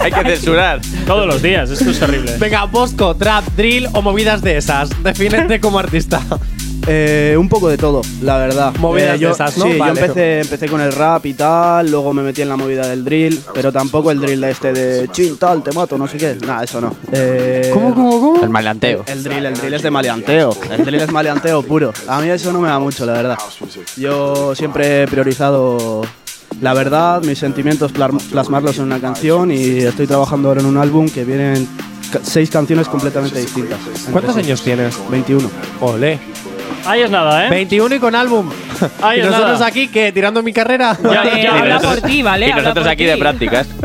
Speaker 10: hay que
Speaker 2: *laughs*
Speaker 10: censurar.
Speaker 2: Todos los días, esto es terrible.
Speaker 4: Venga, Bosco, trap, drill o movidas de esas. Defínete como artista.
Speaker 12: *laughs* Eh, un poco de todo, la verdad.
Speaker 4: Movidas
Speaker 12: Eh, yo,
Speaker 4: de esas, ¿no?
Speaker 12: Sí, yo
Speaker 4: Vale.
Speaker 12: empecé, empecé con el rap y tal, luego me metí en la movida del drill, pero tampoco el drill de este de chin, tal, te mato, no sé qué. Nada, eso no. Eh,
Speaker 4: cómo?
Speaker 10: El maleanteo.
Speaker 12: El drill, el drill es de maleanteo. El drill es maleanteo puro. A mí eso no me da mucho, la verdad. Yo siempre he priorizado la verdad, mis sentimientos, plar- plasmarlos en una canción y estoy trabajando ahora en un álbum que vienen ca- seis canciones completamente distintas. entre
Speaker 4: ¿Cuántos
Speaker 12: sí.
Speaker 4: años tienes?
Speaker 12: 21.
Speaker 4: Ole.
Speaker 2: Ahí es nada, ¿eh?
Speaker 4: 21 y con álbum.
Speaker 2: Ahí
Speaker 4: *laughs* y
Speaker 2: es
Speaker 4: nosotros
Speaker 2: nada.
Speaker 4: aquí, que ¿Tirando mi carrera? *laughs*
Speaker 2: Ya,
Speaker 3: Eh,
Speaker 2: ya,
Speaker 3: habla
Speaker 2: pero-
Speaker 3: por ti, ¿vale?
Speaker 10: Y
Speaker 3: Habla
Speaker 10: nosotros
Speaker 3: por
Speaker 10: aquí
Speaker 3: ti.
Speaker 10: de prácticas.
Speaker 2: *laughs*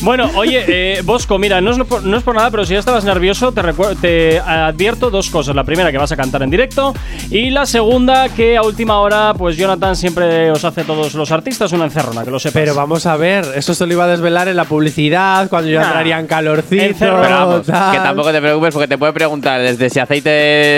Speaker 2: Bueno, oye, eh, Bosco, mira, no es, por, no es por nada, pero si ya estabas nervioso, te, recuer- te advierto dos cosas. La primera, que vas a cantar en directo. Y la segunda, que a última hora, pues Jonathan siempre os hace todos los artistas una encerrona, que lo sepas.
Speaker 4: Pero vamos a ver, eso se lo iba a desvelar en la publicidad, cuando yo
Speaker 2: Nah.
Speaker 4: entraría en calorcito.
Speaker 2: Encerro-
Speaker 10: Pero vamos,
Speaker 4: tal.
Speaker 10: que tampoco te preocupes porque te puede preguntar desde si aceite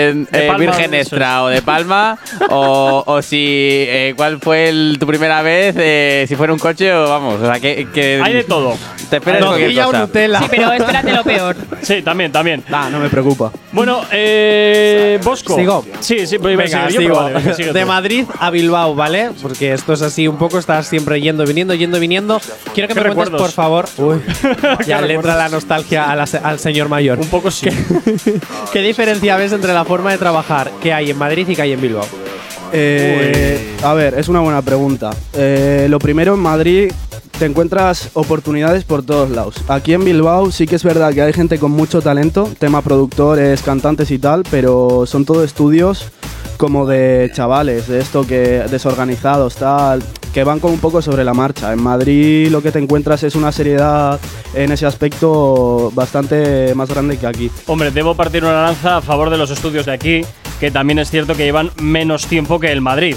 Speaker 10: eh,
Speaker 2: palma, eso
Speaker 10: virgen
Speaker 2: es.
Speaker 10: extra o
Speaker 4: *laughs*
Speaker 10: de palma o, o si eh, cuál fue el- tu primera vez, eh, si fuera un coche o vamos, o sea que, que-
Speaker 2: Hay de todo.
Speaker 10: Te esperas cualquier
Speaker 4: Nocilla o
Speaker 10: cosa.
Speaker 4: Nutella.
Speaker 3: Sí, pero espérate lo peor.
Speaker 2: *laughs* Sí, también, también.
Speaker 12: Ah, no me preocupa.
Speaker 2: Bueno, eh, Bosco.
Speaker 4: ¿Sigo?
Speaker 2: Sí, sí, pues iba a
Speaker 4: Venga,
Speaker 2: seguir yo,
Speaker 4: sigo.
Speaker 2: pero vale, venga, sigue
Speaker 4: de
Speaker 2: tú.
Speaker 4: Madrid a Bilbao, ¿vale? Porque esto es así un poco, estás siempre yendo, viniendo, yendo, viniendo. Quiero que
Speaker 2: ¿Qué
Speaker 4: me cuentes,
Speaker 2: recuerdos?
Speaker 4: por favor. Uy,
Speaker 2: *laughs*
Speaker 4: ya
Speaker 2: ¿Qué
Speaker 4: le entra la nostalgia a la se- al señor mayor.
Speaker 2: Un poco sí.
Speaker 4: ¿Qué diferencia ves entre la forma de trabajar que hay en Madrid y que hay en Bilbao?
Speaker 12: Eh, a ver, es una buena pregunta. Eh, lo primero, en Madrid te encuentras oportunidades por todos lados. Aquí en Bilbao sí que es verdad que hay gente con mucho talento, tema productores, cantantes y tal, pero son todo estudios como de chavales, de esto que desorganizados, tal, que van como un poco sobre la marcha. En Madrid lo que te encuentras es una seriedad en ese aspecto bastante más grande que aquí.
Speaker 2: Hombre, debo partir una lanza a favor de los estudios de aquí, que también es cierto que llevan menos tiempo que el Madrid.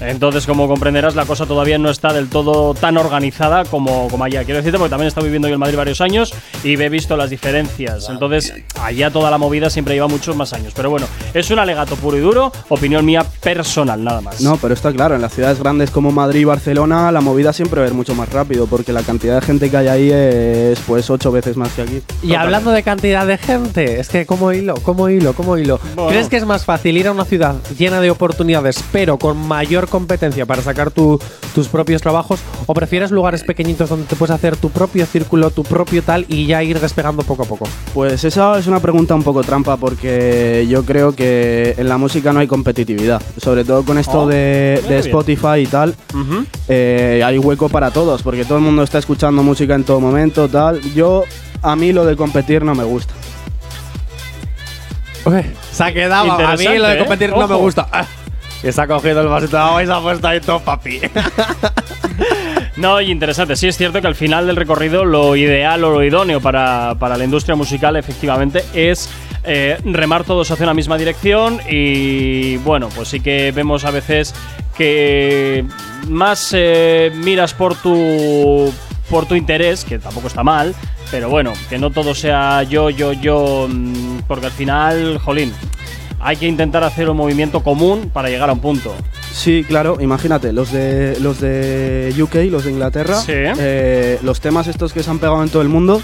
Speaker 2: Entonces, como comprenderás, la cosa todavía no está del todo tan organizada como, como allá. Quiero decirte, porque también he estado viviendo yo en Madrid varios años y he visto las diferencias. Entonces, allá toda la movida siempre lleva muchos más años. Pero bueno, es un alegato puro y duro, opinión mía personal, nada más.
Speaker 12: No, pero está claro, en las ciudades grandes como Madrid y Barcelona la movida siempre va a ir mucho más rápido porque la cantidad de gente que hay ahí es pues ocho veces más que aquí.
Speaker 4: Y hablando de cantidad de gente, es que como hilo, como hilo, como hilo.
Speaker 2: Bueno.
Speaker 4: ¿Crees que es más fácil ir a una ciudad llena de oportunidades, pero con mayor competencia para sacar tu- tus propios trabajos? ¿O prefieres lugares pequeñitos donde te puedes hacer tu propio círculo, tu propio tal y ya ir despegando poco a poco?
Speaker 12: Pues esa es una pregunta un poco trampa porque yo creo que en la música no hay competitividad, sobre todo con esto
Speaker 2: Oh,
Speaker 12: de,
Speaker 2: muy
Speaker 12: de
Speaker 2: bien.
Speaker 12: Spotify y tal. eh, hay hueco para todos porque todo el mundo está escuchando música en todo momento, tal. Yo a mí lo de competir no me gusta.
Speaker 4: Se ha quedado. A mí
Speaker 2: Interesante,
Speaker 4: lo de
Speaker 2: ¿eh?
Speaker 4: competir no
Speaker 2: Ojo.
Speaker 4: me gusta. *laughs* Ah, Y se ha cogido el vasito de agua y se ha puesto ahí todo papi.
Speaker 2: No, y interesante. Sí, es cierto que al final del recorrido lo ideal o lo idóneo para, para la industria musical efectivamente es eh, remar todos hacia una misma dirección y bueno, pues sí que vemos a veces que más eh, miras por tu por tu interés, que tampoco está mal, pero bueno, que no todo sea yo, yo, yo, mm, porque al final, jolín, hay que intentar hacer un movimiento común para llegar a un punto.
Speaker 12: Sí, claro, imagínate, los de los de UK, los de Inglaterra,
Speaker 2: Sí.
Speaker 12: eh, los temas estos que se han pegado en todo el mundo,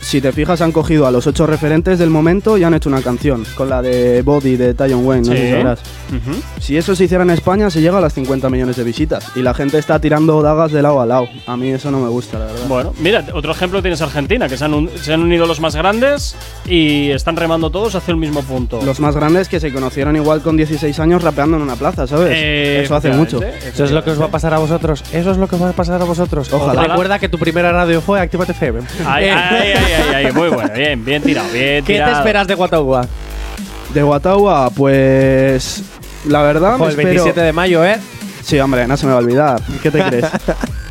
Speaker 12: si te fijas han cogido a los ocho referentes del momento y han hecho una canción, con la de Body de Tyon Wayne, no sé si
Speaker 2: Sí.
Speaker 12: sabrás.
Speaker 2: Ujú.
Speaker 12: Si eso se hiciera en España se llega a las 50 millones de visitas y la gente está tirando dagas de lado a lado. A mí eso no me gusta, la verdad.
Speaker 2: Bueno, mira, otro ejemplo tienes Argentina, que se han, un- se han unido los más grandes y están remando todos hacia el mismo punto.
Speaker 12: Los más grandes que se conocieron igual con 16 años rapeando en una plaza, ¿sabes?
Speaker 2: Eh,
Speaker 12: eso hace
Speaker 2: efectivamente,
Speaker 12: mucho.
Speaker 4: Eso es lo que os va a pasar a vosotros. Eso es lo que os va a pasar a vosotros.
Speaker 12: Ojalá.
Speaker 4: Recuerda que tu primera radio fue Actívate FM.
Speaker 2: Ay,
Speaker 4: Eh,
Speaker 2: ay, ay, ay, ay, muy bueno, bien, bien tirado, bien
Speaker 4: ¿Qué te
Speaker 2: tirado.
Speaker 4: esperas de Guatagua?
Speaker 12: De Guatagua, pues. La verdad,
Speaker 4: Ojo,
Speaker 12: me
Speaker 4: el
Speaker 12: espero-
Speaker 4: 27 de mayo, ¿eh?
Speaker 12: Sí, hombre, no se me va a olvidar. ¿Qué te
Speaker 4: *laughs*
Speaker 12: crees?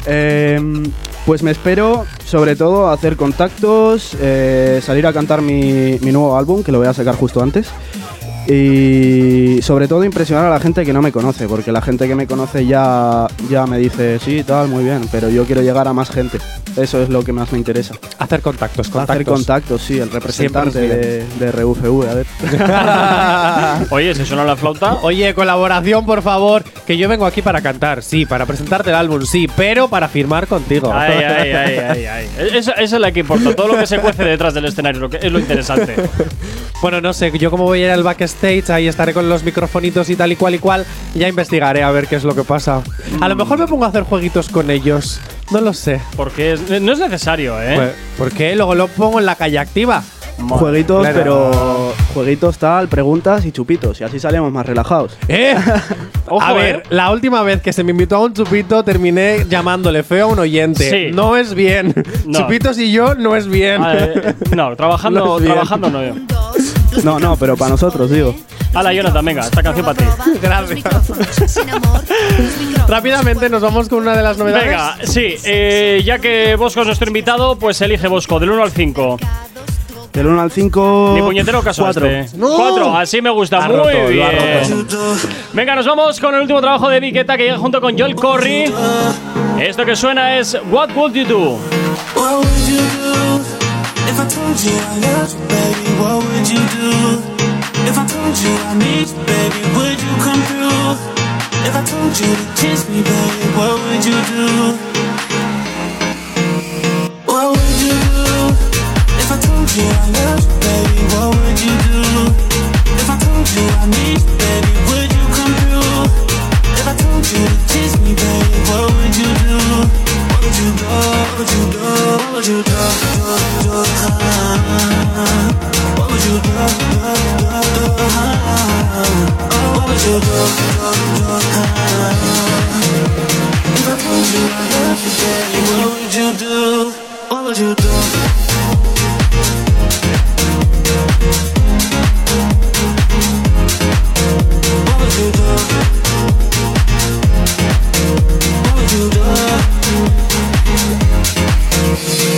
Speaker 12: Em, pues me espero, sobre todo, hacer contactos, eh, salir a cantar mi, mi nuevo álbum, que lo voy a sacar justo antes. Y sobre todo impresionar a la gente que no me conoce, porque la gente que me conoce ya, ya me dice, sí, tal, muy bien, pero yo quiero llegar a más gente. Eso es lo que más me interesa.
Speaker 4: Hacer contactos, contactos.
Speaker 12: Hacer contactos, sí, el representante
Speaker 4: Siempre
Speaker 12: de, de RUFV, a ver.
Speaker 2: *laughs* Oye, si suena la flauta.
Speaker 4: Oye, colaboración, por favor. Que yo vengo aquí para cantar, sí, para presentarte el álbum, sí, pero para firmar contigo.
Speaker 2: Ay, ay, ay, ay, ay. Esa, esa es la que importa, todo lo que se cuece detrás del escenario, lo que es lo interesante.
Speaker 4: *laughs* Bueno, no sé, yo como voy a ir al backstage, ahí estaré con los microfonitos y tal y cual y cual, ya investigaré a ver qué es lo que pasa. A lo mejor me pongo a hacer jueguitos con ellos, no lo sé.
Speaker 2: Porque es- no es necesario, ¿eh?
Speaker 4: Pues, ¿Por qué? Luego lo pongo en la calle activa.
Speaker 2: Madre.
Speaker 12: Jueguitos,
Speaker 4: claro.
Speaker 12: pero jueguitos tal, preguntas y chupitos, y así salimos más relajados.
Speaker 4: *laughs* ¿Eh?
Speaker 2: Ojo,
Speaker 4: a ver,
Speaker 2: ¿eh?
Speaker 4: la última vez que se me invitó a un chupito terminé llamándole feo a un oyente.
Speaker 2: Sí.
Speaker 4: No es bien.
Speaker 2: No.
Speaker 4: Chupitos y yo no es bien.
Speaker 2: Ah, eh,
Speaker 4: *laughs*
Speaker 2: no, trabajando
Speaker 12: No
Speaker 2: no,
Speaker 12: es bien.
Speaker 2: trabajando no yo.
Speaker 12: No, no, pero para nosotros, digo.
Speaker 2: Hala, Jonathan, venga, esta canción para ti.
Speaker 12: *laughs*
Speaker 8: Gracias.
Speaker 4: Rápidamente nos vamos con una de las novedades.
Speaker 2: Venga, sí, eh, ya que Bosco es nuestro invitado, pues elige Bosco, del 1 al 5.
Speaker 12: Del 1 al 5.
Speaker 2: Ni puñetero caso
Speaker 12: cuatro.
Speaker 2: este. Cuatro, así me gusta.
Speaker 4: Ha
Speaker 2: Muy
Speaker 4: roto, lo ha
Speaker 2: bien. Venga, nos vamos con el último trabajo de Viqueta que llega junto con Joel Corry. Esto que suena es What Would You Do?
Speaker 11: What would you do if I told you I loved you, baby? What would you do if I told you I need you, baby? Would you come through? If I told you to kiss me, baby, what would you do? What would you do if I told you I loved you, baby? What would you do if I told you I need you, baby? Would you come through? If I told you to kiss me, baby, what would you do? What would you do? What would you do? What would you do? do, do, huh? What would you do? do, do, do, huh? Oh, what would you do? do, do, huh? If I told you I love you, baby, what would you do? What would you do? What would you do? What would you do?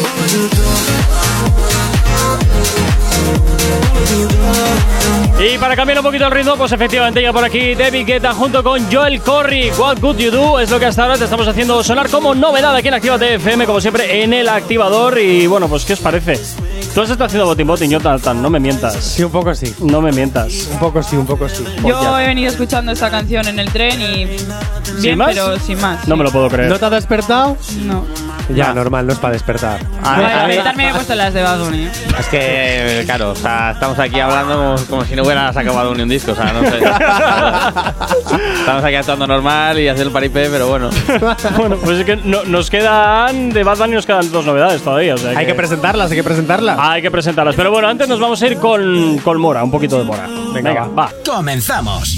Speaker 11: What would you do?
Speaker 2: Y para cambiar un poquito el ritmo, pues efectivamente llega por aquí David Guetta junto con Joel Corry. What Good You Do es lo que hasta ahora te estamos haciendo sonar como novedad aquí en Actívate FM, como siempre en el activador. Y bueno, pues ¿qué os parece? Tú has estado haciendo botín botín, Jonathan, no me mientas.
Speaker 4: Sí, un poco sí.
Speaker 2: No me mientas.
Speaker 4: Un poco sí, un poco sí.
Speaker 3: Yo he venido escuchando esta canción en el tren y. Bien,
Speaker 2: más?
Speaker 3: pero sin más.
Speaker 2: No me lo puedo creer.
Speaker 4: ¿No te has despertado?
Speaker 3: No.
Speaker 4: Ya, normal, no es para despertar.
Speaker 10: A
Speaker 2: Ah.
Speaker 3: Bueno,
Speaker 10: ver, a
Speaker 3: para
Speaker 10: ver.
Speaker 3: meditar me he puesto las de Bad Bunny. ¿eh?
Speaker 10: Es que, claro, o sea, estamos aquí hablando como si no hubieras acabado ni un disco, o sea,
Speaker 4: *laughs*
Speaker 10: no sé. estamos aquí actuando normal y hacer el paripé, pero bueno.
Speaker 2: *laughs* Bueno, pues es que no- nos quedan de Bad Bunny nos quedan dos novedades todavía. o sea
Speaker 4: Hay que presentarlas, hay que presentarlas.
Speaker 2: hay que presentarlas. Pero bueno, antes nos vamos a ir con, con Mora, un poquito de Mora. Venga, va.
Speaker 1: Comenzamos.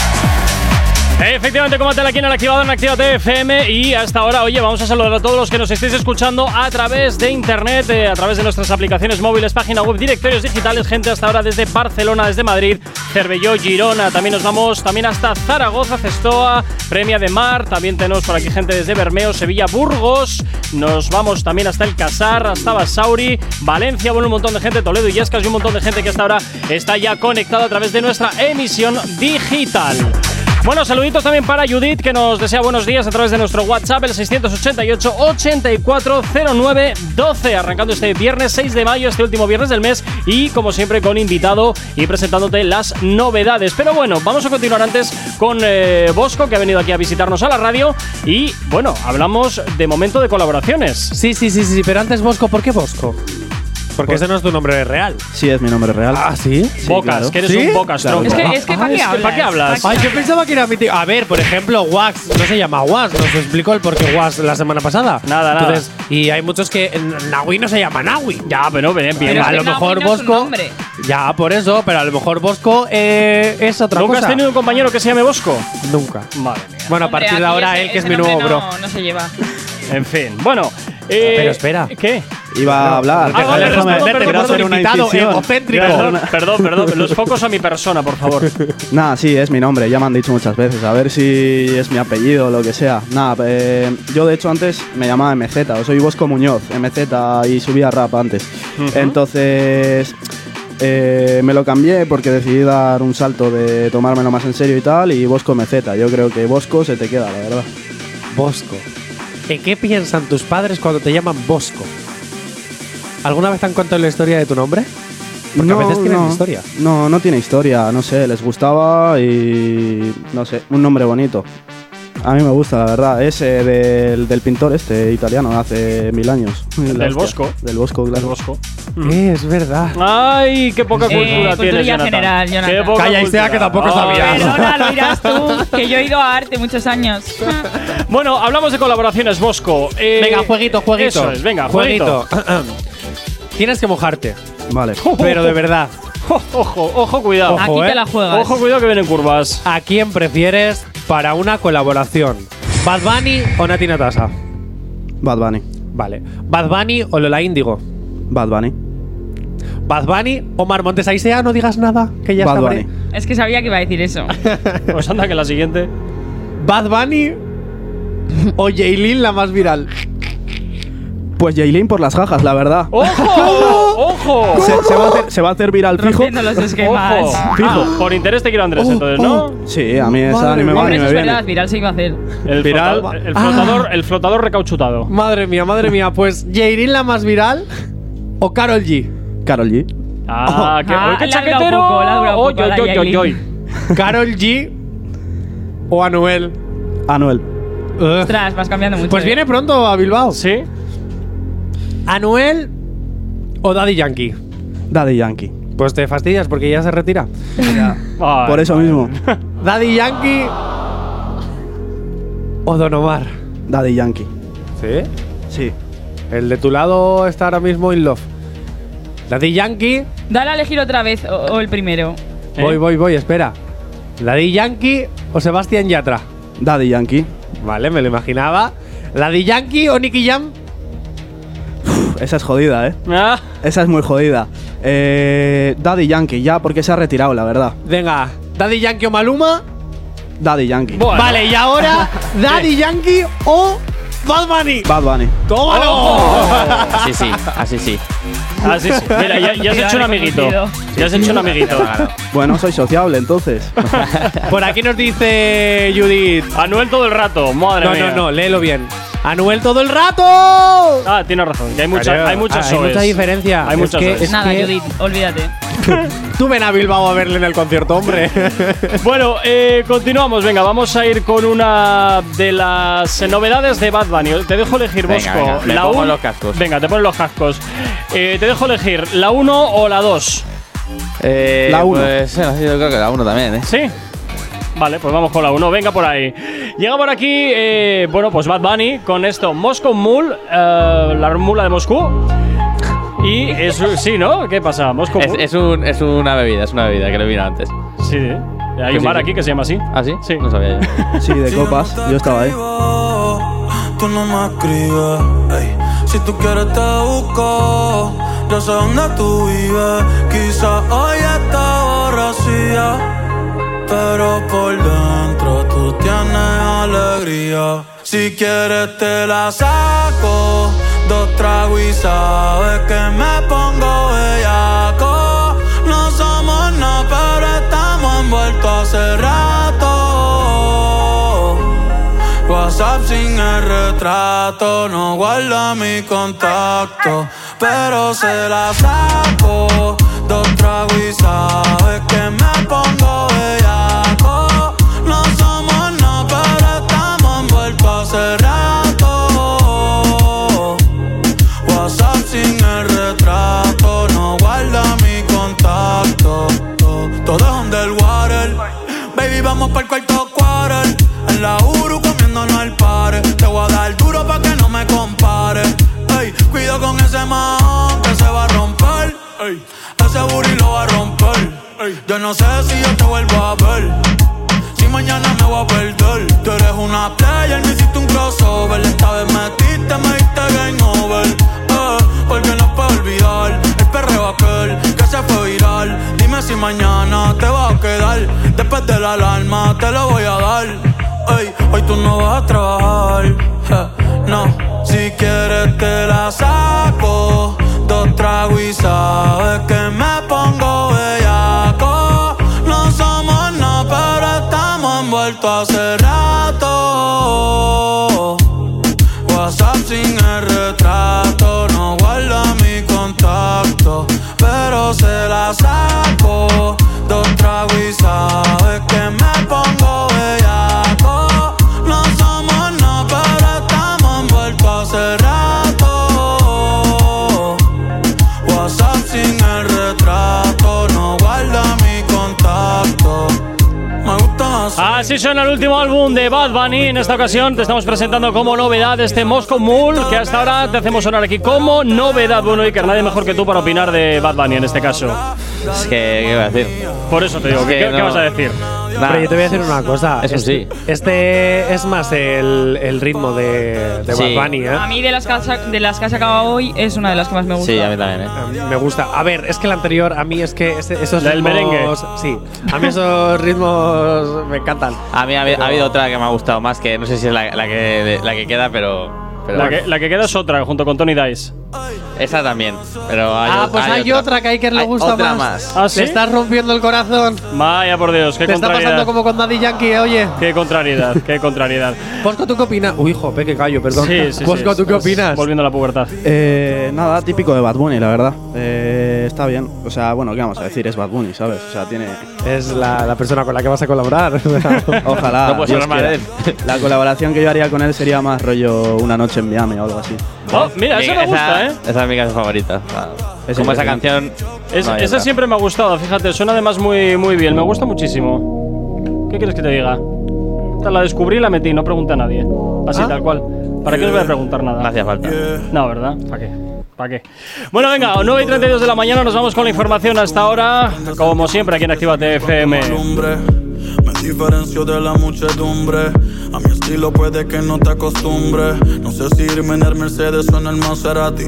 Speaker 2: Efectivamente, combate aquí en el activador en Actívate FM. Y hasta ahora, oye, vamos a saludar a todos los que nos estéis escuchando a través de internet, eh, a través de nuestras aplicaciones móviles, página web, directorios digitales. Gente hasta ahora desde Barcelona, desde Madrid, Cervelló, Girona. También nos vamos también hasta Zaragoza, Cestoa, Premia de Mar. También tenemos por aquí gente desde Bermeo, Sevilla, Burgos. Nos vamos también hasta El Casar, hasta Basauri, Valencia. Bueno, un montón de gente, Toledo y Yescas y un montón de gente que hasta ahora está ya conectada a través de nuestra emisión digital. Bueno, saluditos también para Judith, que nos desea buenos días a través de nuestro WhatsApp, el 688-8409-12. Arrancando este viernes 6 de mayo, este último viernes del mes, y como siempre con invitado y presentándote las novedades. Pero bueno, vamos a continuar antes con eh, Bosco, que ha venido aquí a visitarnos a la radio, y bueno, hablamos de momento de colaboraciones.
Speaker 4: Sí, sí, sí, sí, sí, pero Pues- antes Bosco, ¿por qué Bosco? Porque ese no es tu nombre real.
Speaker 12: Sí, es mi nombre real.
Speaker 4: Ah, sí.
Speaker 2: Bocas, que eres un bocas, Ah,
Speaker 12: Claro,
Speaker 2: tronco.
Speaker 12: claro.
Speaker 3: Es que- es que ¿pa' qué hablas?
Speaker 2: ¿Para qué hablas?
Speaker 4: Ay, yo pensaba que era mi tío. A ver, por ejemplo, Wax no se llama Wax. Nos explicó el porqué Wax la semana pasada.
Speaker 2: Nada, nada.
Speaker 4: Entonces, y hay muchos que eh, Nawi no se llama Nawi.
Speaker 2: Ya, pero ven, bien.
Speaker 3: Pero es
Speaker 4: a
Speaker 3: que
Speaker 4: lo
Speaker 3: Nawi
Speaker 4: mejor
Speaker 3: no es un
Speaker 4: Bosco.
Speaker 3: nombre.
Speaker 4: Ya, por eso, pero a lo mejor Bosco eh, es otra
Speaker 2: ¿Nunca
Speaker 4: cosa.
Speaker 2: has tenido un compañero que se llame Bosco?
Speaker 4: Nunca.
Speaker 2: Madre mía.
Speaker 4: Bueno, a
Speaker 3: Hombre,
Speaker 4: partir de
Speaker 3: aquí
Speaker 4: ahora
Speaker 3: ese-
Speaker 4: él que es
Speaker 3: ese
Speaker 4: mi
Speaker 3: nombre
Speaker 4: nuevo bro.
Speaker 3: No, no se lleva.
Speaker 2: En fin, bueno. eh,
Speaker 4: Pero espera.
Speaker 2: ¿Qué?
Speaker 12: Iba a hablar.
Speaker 2: Ah, vale,
Speaker 12: Déjame-
Speaker 2: respondo, perdón,
Speaker 12: te voy a
Speaker 2: perdón,
Speaker 12: hacer una
Speaker 4: invitado,
Speaker 12: incisión.
Speaker 4: egocéntrico.
Speaker 2: Perdón, perdón, *laughs* perdón. Los focos a mi persona, por favor.
Speaker 12: *laughs* Nada, sí, es mi nombre, ya me han dicho muchas veces. A ver si es mi apellido o lo que sea. Nada, eh, yo de hecho antes me llamaba MZ, o soy Bosco Muñoz, MZ, y subía rap antes. Entonces eh, me lo cambié porque decidí dar un salto de tomármelo más en serio y tal, y Bosco MZ. Yo creo que Bosco se te queda, la verdad.
Speaker 4: Bosco. ¿En qué piensan tus padres cuando te llaman Bosco? ¿Alguna vez te han contado la historia de tu nombre? Porque a veces tienen
Speaker 12: no,
Speaker 4: historia.
Speaker 12: No, no tiene historia, no sé, les gustaba y no sé, un nombre bonito. A mí me gusta, la verdad, es eh, del, del pintor este italiano hace mil años.
Speaker 2: del
Speaker 12: La hostia.
Speaker 2: Bosco.
Speaker 12: Del Bosco, claro.
Speaker 2: El Bosco.
Speaker 4: Eh, es verdad.
Speaker 2: Ay, qué poca
Speaker 3: Eh,
Speaker 2: cultura
Speaker 3: cultura
Speaker 2: tienes, Jonathan.
Speaker 3: general, Jonathan.
Speaker 2: Qué poca
Speaker 4: Calla, Isea,
Speaker 2: cultura.
Speaker 4: que tampoco
Speaker 2: Ay.
Speaker 4: sabía.
Speaker 3: *laughs* Perdona, lo dirás tú, que yo he ido a arte muchos años.
Speaker 2: Bueno, hablamos de colaboraciones, Bosco. Eh,
Speaker 4: Venga, jueguito, jueguito.
Speaker 2: Eso es, venga, jueguito.
Speaker 4: *laughs* *clears throat* Tienes que mojarte.
Speaker 12: Vale.
Speaker 4: Pero de verdad,
Speaker 2: Ojo, ojo, cuidado.
Speaker 4: Ojo,
Speaker 3: Aquí
Speaker 4: eh.
Speaker 3: te la juegas.
Speaker 2: Ojo, cuidado que vienen curvas.
Speaker 4: ¿a quién prefieres para una colaboración? ¿Bad Bunny o Nati Natasa?
Speaker 12: Bad Bunny.
Speaker 4: Vale. ¿Bad Bunny o Lola Índigo?
Speaker 12: Bad Bunny.
Speaker 4: ¿Bad Bunny o Mar Montes? Ahí sea, no digas nada, que ya
Speaker 12: Bad
Speaker 4: sabré.
Speaker 12: Bunny.
Speaker 3: Es que sabía que iba a decir eso.
Speaker 2: Pues anda que la siguiente.
Speaker 4: ¿Bad Bunny o Jaylin, la más viral?
Speaker 12: Pues Jailin por las jajas, la verdad.
Speaker 4: Oh.
Speaker 2: ¡Ojo! ¡Ojo!
Speaker 12: Se, se va a hacer, se va a hacer viral fijo.
Speaker 3: Rompiendo los esquemas.
Speaker 2: ¡Ojo! Ah, por interés te quiero a Andrés, entonces, ¿no?
Speaker 12: Sí, a mí esa ni me va
Speaker 3: Hombre,
Speaker 12: ni
Speaker 3: eso
Speaker 12: me
Speaker 3: es
Speaker 12: viene.
Speaker 3: verdad, viral se iba a hacer.
Speaker 2: El,
Speaker 12: Viral.
Speaker 2: flota-
Speaker 4: Ah.
Speaker 2: el flotador, el flotador recauchutado.
Speaker 4: Madre mía, madre mía. Pues Jaylin, la más viral o Carol G.
Speaker 12: Carol G.
Speaker 2: Ah, qué,
Speaker 3: Ah,
Speaker 2: qué
Speaker 3: le ha durado
Speaker 2: chaquetero.
Speaker 3: poco, le ha durado
Speaker 2: Oy,
Speaker 3: poco a la
Speaker 2: oy, oy, oy, oy.
Speaker 4: Carol G o Anuel.
Speaker 12: Anuel.
Speaker 4: Ugh.
Speaker 3: Ostras, vas cambiando mucho.
Speaker 4: Pues
Speaker 3: eh.
Speaker 4: viene pronto a Bilbao.
Speaker 2: Sí.
Speaker 4: ¿Anuel o Daddy Yankee?
Speaker 12: Daddy Yankee.
Speaker 4: Pues te fastidias porque ya se retira.
Speaker 2: Ay.
Speaker 12: Por eso mismo. *laughs*
Speaker 4: ¿Daddy Yankee o Don Omar?
Speaker 12: Daddy Yankee.
Speaker 4: Sí.
Speaker 12: Sí.
Speaker 4: El de tu lado está ahora mismo in love. Daddy
Speaker 12: ¿Eh?
Speaker 4: Yankee.
Speaker 3: Dale a elegir otra vez o, o el primero.
Speaker 2: ¿Eh?
Speaker 4: Voy, voy, voy, espera. ¿Daddy Yankee o Sebastián Yatra?
Speaker 12: Daddy Yankee.
Speaker 4: Vale, me lo imaginaba. ¿Daddy Yankee o Nicky Jam?
Speaker 12: Uf, esa es jodida, eh.
Speaker 2: Ah,
Speaker 12: Esa es muy jodida. Eh, Daddy Yankee, ya, porque se ha retirado, la verdad.
Speaker 4: Venga, ¿Daddy Yankee o Maluma?
Speaker 12: Daddy Yankee.
Speaker 2: bueno.
Speaker 4: Vale, y
Speaker 12: *laughs*
Speaker 4: ahora, ¿Daddy Yankee o Bad Bunny?
Speaker 12: Bad Bunny.
Speaker 4: ¡Tómalo!
Speaker 10: Así sí, así sí.
Speaker 2: ¡Oh! Así es. Ah, Mira, ya, ya has hecho un amiguito. Ya has hecho un amiguito.
Speaker 12: Bueno, soy sociable, entonces.
Speaker 4: Por aquí nos dice Judith.
Speaker 2: Anuel todo el rato, madre
Speaker 4: No,
Speaker 2: mía.
Speaker 4: no, no, léelo bien. Anuel todo el rato.
Speaker 2: Ah, tienes razón, que hay, mucha,
Speaker 4: Claro.
Speaker 2: hay muchas
Speaker 4: Hay
Speaker 2: soes.
Speaker 4: mucha diferencia.
Speaker 2: Hay
Speaker 4: Es
Speaker 2: muchas
Speaker 4: que-
Speaker 2: soes.
Speaker 4: es-
Speaker 3: Nada,
Speaker 4: que-
Speaker 3: Judith, olvídate.
Speaker 4: Tú ven a Bilbao a verle en el concierto, hombre.
Speaker 2: Bueno, eh, continuamos. Venga, vamos a ir con una de las eh, novedades de Bad Bunny. Te dejo elegir,
Speaker 10: Venga,
Speaker 2: Bosco.
Speaker 10: venga, me pongo
Speaker 2: un-
Speaker 10: los cascos.
Speaker 2: Venga, te pones los cascos. Eh, te dejo elegir la 1 o la 2.
Speaker 10: Eh,
Speaker 12: La uno.
Speaker 10: Pues, eh, yo creo que la 1 también, ¿eh?
Speaker 2: ¿Sí? Vale, pues vamos con la 1. Venga por ahí. Llega por aquí, eh, bueno, pues Bad Bunny con esto: Moscow Mule, eh, la mula de Moscú. Y es. Sí, ¿no? ¿Qué pasa? Moscow
Speaker 10: Es,
Speaker 2: Mule.
Speaker 10: es un, es una bebida, es una bebida que lo vino antes.
Speaker 2: Sí, Hay
Speaker 10: ¿Qué
Speaker 2: un bar
Speaker 10: dice?
Speaker 2: aquí que se llama así.
Speaker 10: ¿Ah, sí? No sabía
Speaker 2: *laughs*
Speaker 10: yo.
Speaker 12: Sí, de copas. Yo estaba ahí.
Speaker 11: Tú no me escribes, ey. si tú quieres te busco. Ya sé dónde tú vives. Quizás hoy está borracía, pero por dentro tú tienes alegría. Si quieres te la saco, dos tragos y sabes que me pongo bellaco. No somos nada, pero estamos envueltos hace rato. WhatsApp sin el retrato, no guarda mi contacto, pero se la saco. Dos tragos y sabes que me pongo bellaco. No somos nada, pero estamos envueltos hace rato. WhatsApp sin el retrato, no guarda mi contacto. To- Todo es underwater. Baby, vamos para el cuarto quarter. En la Uru comiéndonos al par. Te voy a dar duro pa' que no me compare. Ey, cuido con ese man que se va a romper. Ey, ese booty lo va a romper. Ey, yo no sé si yo te vuelvo a ver. Si mañana me voy a perder Tú eres una player, me hiciste un crossover Esta vez metiste, me diste game over eh, Porque no puedo olvidar El perreo aquel que se fue viral Dime si mañana te vas a quedar Después de la alarma te lo voy a dar Ey, Hoy tú no vas a trabajar eh, No, si quieres te la saco Dos tragos y sabes que me pongo bellaco No somos nada, pero estamos envueltos hace rato WhatsApp sin el retrato No guarda mi contacto Pero se la saco Dos tragos y sabes que me pongo bellaco No somos nada, pero estamos envueltos hace rato WhatsApp sin el retrato, no guarda mi contacto. Me gusta así.
Speaker 2: Así suena el último álbum de Bad Bunny. En esta ocasión te estamos presentando como novedad este Moscow Mule, que hasta ahora te hacemos sonar aquí como novedad. Bueno, Iker, nadie mejor que tú para opinar de Bad Bunny en este caso.
Speaker 10: Es que, ¿qué voy a decir?
Speaker 2: Por eso te digo,
Speaker 10: Es
Speaker 2: ¿qué,
Speaker 10: que
Speaker 2: qué
Speaker 10: no.
Speaker 2: vas a decir?
Speaker 10: Nada.
Speaker 4: Pero yo te voy a decir una cosa.
Speaker 10: Eso
Speaker 4: este,
Speaker 10: sí.
Speaker 4: Este es más el, el ritmo de, de
Speaker 10: Sí.
Speaker 4: Bad Bunny, ¿eh?
Speaker 3: A mí de las, que has, de las que has sacado hoy es una de las que más me gusta.
Speaker 10: Sí, a mí también, ¿eh?
Speaker 4: Eh, Me gusta. A ver, es que el anterior, a mí es que este- esos
Speaker 2: La del
Speaker 4: ritmos.
Speaker 2: merengue.
Speaker 4: Sí, a mí esos ritmos me encantan.
Speaker 10: A mí ha, habi- ha habido otra que me ha gustado más, que no sé si es la, la que, la que queda, pero. pero
Speaker 2: La
Speaker 10: bueno.
Speaker 2: que, la que queda es otra, junto con Tony Dice.
Speaker 10: Esa también. Pero hay
Speaker 4: ah,
Speaker 10: o-
Speaker 4: pues hay, otra. que a Iker le
Speaker 10: Hay
Speaker 4: gusta
Speaker 10: otra
Speaker 4: más.
Speaker 10: más.
Speaker 2: ¿Ah, sí?
Speaker 4: Le estás rompiendo el corazón.
Speaker 2: Vaya por Dios, qué
Speaker 4: Te está
Speaker 2: contrariedad.
Speaker 4: pasando como con Daddy Yankee, eh, oye.
Speaker 2: Qué contrariedad, qué
Speaker 4: *laughs*
Speaker 2: contrariedad.
Speaker 4: Posco, ¿tú qué opinas? Uy, jope, que callo, perdón.
Speaker 2: Sí, sí,
Speaker 4: *laughs*
Speaker 2: sí.
Speaker 4: Posco, ¿tú qué
Speaker 2: Estás
Speaker 4: opinas?
Speaker 2: Volviendo a la pubertad.
Speaker 12: Eh, nada, típico de Bad Bunny, la verdad. Eh, está bien. O sea, bueno, ¿qué vamos a decir? Es Bad Bunny, ¿sabes? O sea, tiene.
Speaker 4: Es la, la persona con la que vas a colaborar.
Speaker 12: *laughs* Ojalá.
Speaker 10: No puedes
Speaker 12: Dios
Speaker 10: hablar mal de
Speaker 12: quiera.
Speaker 2: ¿eh?
Speaker 12: La colaboración que yo haría con él sería más rollo una noche en Miami o algo así.
Speaker 2: Oh, mira, esa me gusta, ¿eh?
Speaker 10: Esa es mi canción favorita.
Speaker 12: Es
Speaker 10: Como esa
Speaker 12: interesante.
Speaker 10: canción.
Speaker 2: Es-
Speaker 10: no hay
Speaker 2: esa
Speaker 10: otra.
Speaker 2: siempre me ha gustado, fíjate, suena además muy, muy bien, me gusta muchísimo. ¿Qué quieres que te diga? Esta La descubrí y la metí, no pregunté a nadie. Así tal cual. ¿Para qué os voy a preguntar nada?
Speaker 10: Eh, No hacía falta.
Speaker 2: No, ¿verdad? ¿Para qué? ¿Para qué? Bueno, venga, 9 y 32 de la mañana nos vamos con la información hasta ahora. Como siempre aquí en Actívate FM.
Speaker 11: Lumbre. Me diferencio de la muchedumbre. A mi estilo puede que no te acostumbre. No sé si irme en el Mercedes o en el Maserati.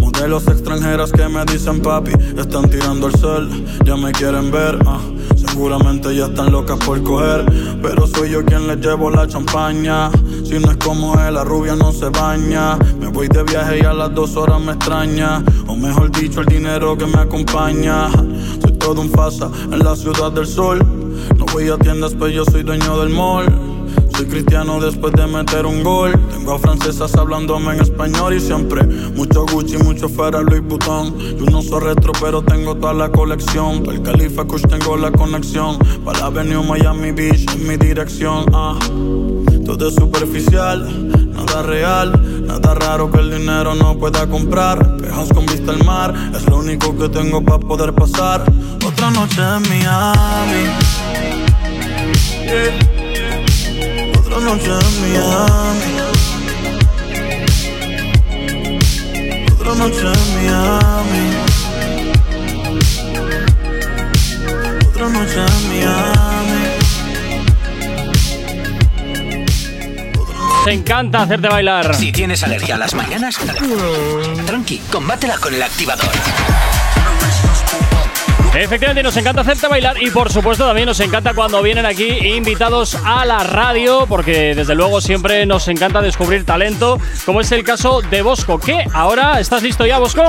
Speaker 11: Modelos extranjeras que me dicen papi. Están tirando el sol, ya me quieren ver. ah. Seguramente ya están locas por coger. Pero soy yo quien les llevo la champaña. Si no es como él, la rubia no se baña. Me voy de viaje y a las dos horas me extraña. O mejor dicho, el dinero que me acompaña. Soy todo un fasa en la ciudad del sol. No voy a tiendas, pero yo soy dueño del mall. Soy cristiano después de meter un gol. Tengo a francesas hablándome en español y siempre mucho Gucci, mucho Ferrari, Louis Vuitton. Yo no soy retro, pero tengo toda la colección. Del Califa Kush tengo la conexión. Para la Avenue Miami Beach en mi dirección. ah. Todo es superficial, nada real, nada raro que el dinero no pueda comprar. Pejas con vista al mar, es lo único que tengo para poder pasar. Otra noche en Miami. Yeah. Otra noche en Miami. Otra noche en Miami. Otra noche en Miami.
Speaker 2: Te encanta hacerte bailar.
Speaker 1: Si tienes alergia a las mañanas, tranqui, combátela con el activador.
Speaker 2: Efectivamente, nos encanta hacerte bailar y por supuesto también nos encanta cuando vienen aquí invitados a la radio, porque desde luego siempre nos encanta descubrir talento, como es el caso de Bosco, que ahora estás listo ya, Bosco.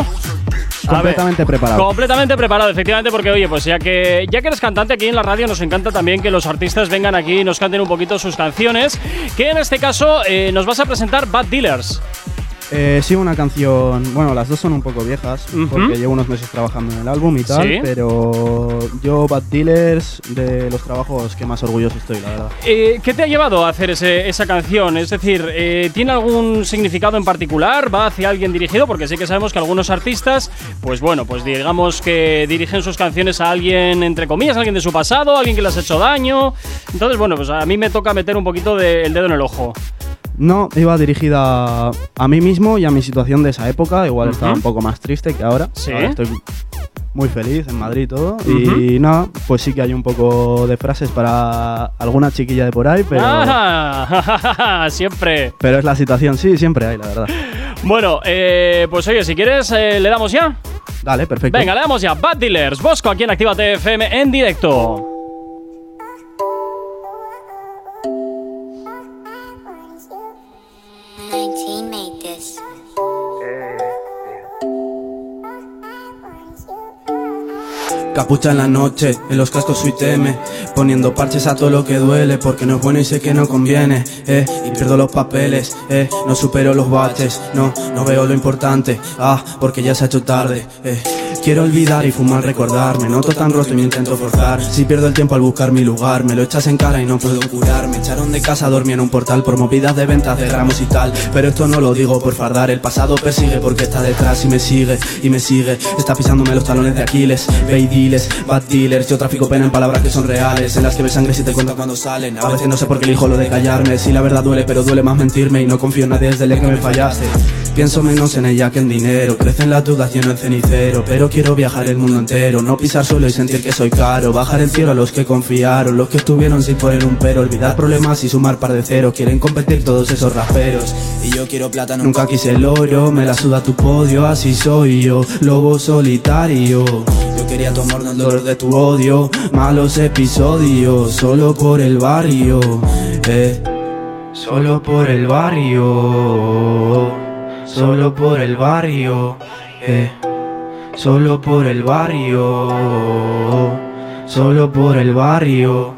Speaker 2: A ver.
Speaker 13: Completamente preparado.
Speaker 2: Completamente preparado, efectivamente, porque oye, pues ya que ya que eres cantante aquí en la radio, nos encanta también que los artistas vengan aquí y nos canten un poquito sus canciones. Que en este caso eh, nos vas a presentar Bad Dealers.
Speaker 13: Eh, sí, una canción. Bueno, las dos son un poco viejas,
Speaker 2: Ujú.
Speaker 13: porque llevo unos meses trabajando en el álbum y tal,
Speaker 2: Sí.
Speaker 13: pero yo, Bad Dealers, de los trabajos que más orgulloso estoy, la verdad.
Speaker 2: Eh, ¿Qué te ha llevado a hacer ese- esa canción? Es decir, eh, ¿tiene algún significado en particular? ¿Va hacia alguien dirigido? Porque sí que sabemos que algunos artistas, pues bueno, pues digamos que dirigen sus canciones a alguien, entre comillas, alguien de su pasado, alguien que les ha hecho daño. Entonces, bueno, pues a mí me toca meter un poquito de- el dedo en el ojo.
Speaker 13: No, iba dirigida a mí mismo y a mi situación de esa época. Igual estaba un poco más triste que ahora.
Speaker 2: Sí.
Speaker 13: Ahora estoy muy feliz en Madrid y todo. Y
Speaker 2: Ujú.
Speaker 13: nada, pues sí que hay un poco de frases para alguna chiquilla de por ahí, pero,
Speaker 2: Ah, *laughs* siempre.
Speaker 13: pero es la situación, sí, siempre hay, la verdad.
Speaker 2: Bueno, eh, pues oye, si quieres, eh, le damos ya.
Speaker 13: Dale, perfecto.
Speaker 2: Venga, le damos ya. Bad Dealers, Bosco aquí en Actívate FM en directo.
Speaker 12: Capucha en la noche, en los cascos soy teme Poniendo parches a todo lo que duele Porque no es bueno y sé que no conviene eh, Y pierdo los papeles, eh, no supero los baches No, no veo lo importante, ah, porque ya se ha hecho tarde eh. Quiero olvidar y fumar recordar Me noto tan roto y me intento forzar Si pierdo el tiempo al buscar mi lugar Me lo echas en cara y no puedo curar Me echaron de casa, dormí en un portal Por movidas de ventas de ramos y tal Pero esto no lo digo por fardar El pasado persigue porque está detrás y me sigue Y me sigue, está pisándome los talones de Aquiles Ve y diles, bad dealers Yo trafico pena en palabras que son reales En las que ves sangre si te cuentan cuando salen A veces no sé por qué elijo lo de callarme Si la verdad duele, pero duele más mentirme Y no confío en nadie desde el día que me fallaste Pienso menos en ella que en dinero Crecen las dudas lleno el cenicero Pero quiero viajar el mundo entero No pisar suelo y sentir que soy caro Bajar el cielo a los que confiaron Los que estuvieron sin poner un pero Olvidar problemas y sumar par de ceros Quieren competir todos esos raperos Y yo quiero plata, nunca quise el oro Me la suda tu podio, así soy yo Lobo solitario Yo quería tu amor, no el dolor de tu odio Malos episodios Solo por el barrio eh. Solo por el barrio, solo por el barrio, eh. solo por el barrio, solo por el barrio. eh.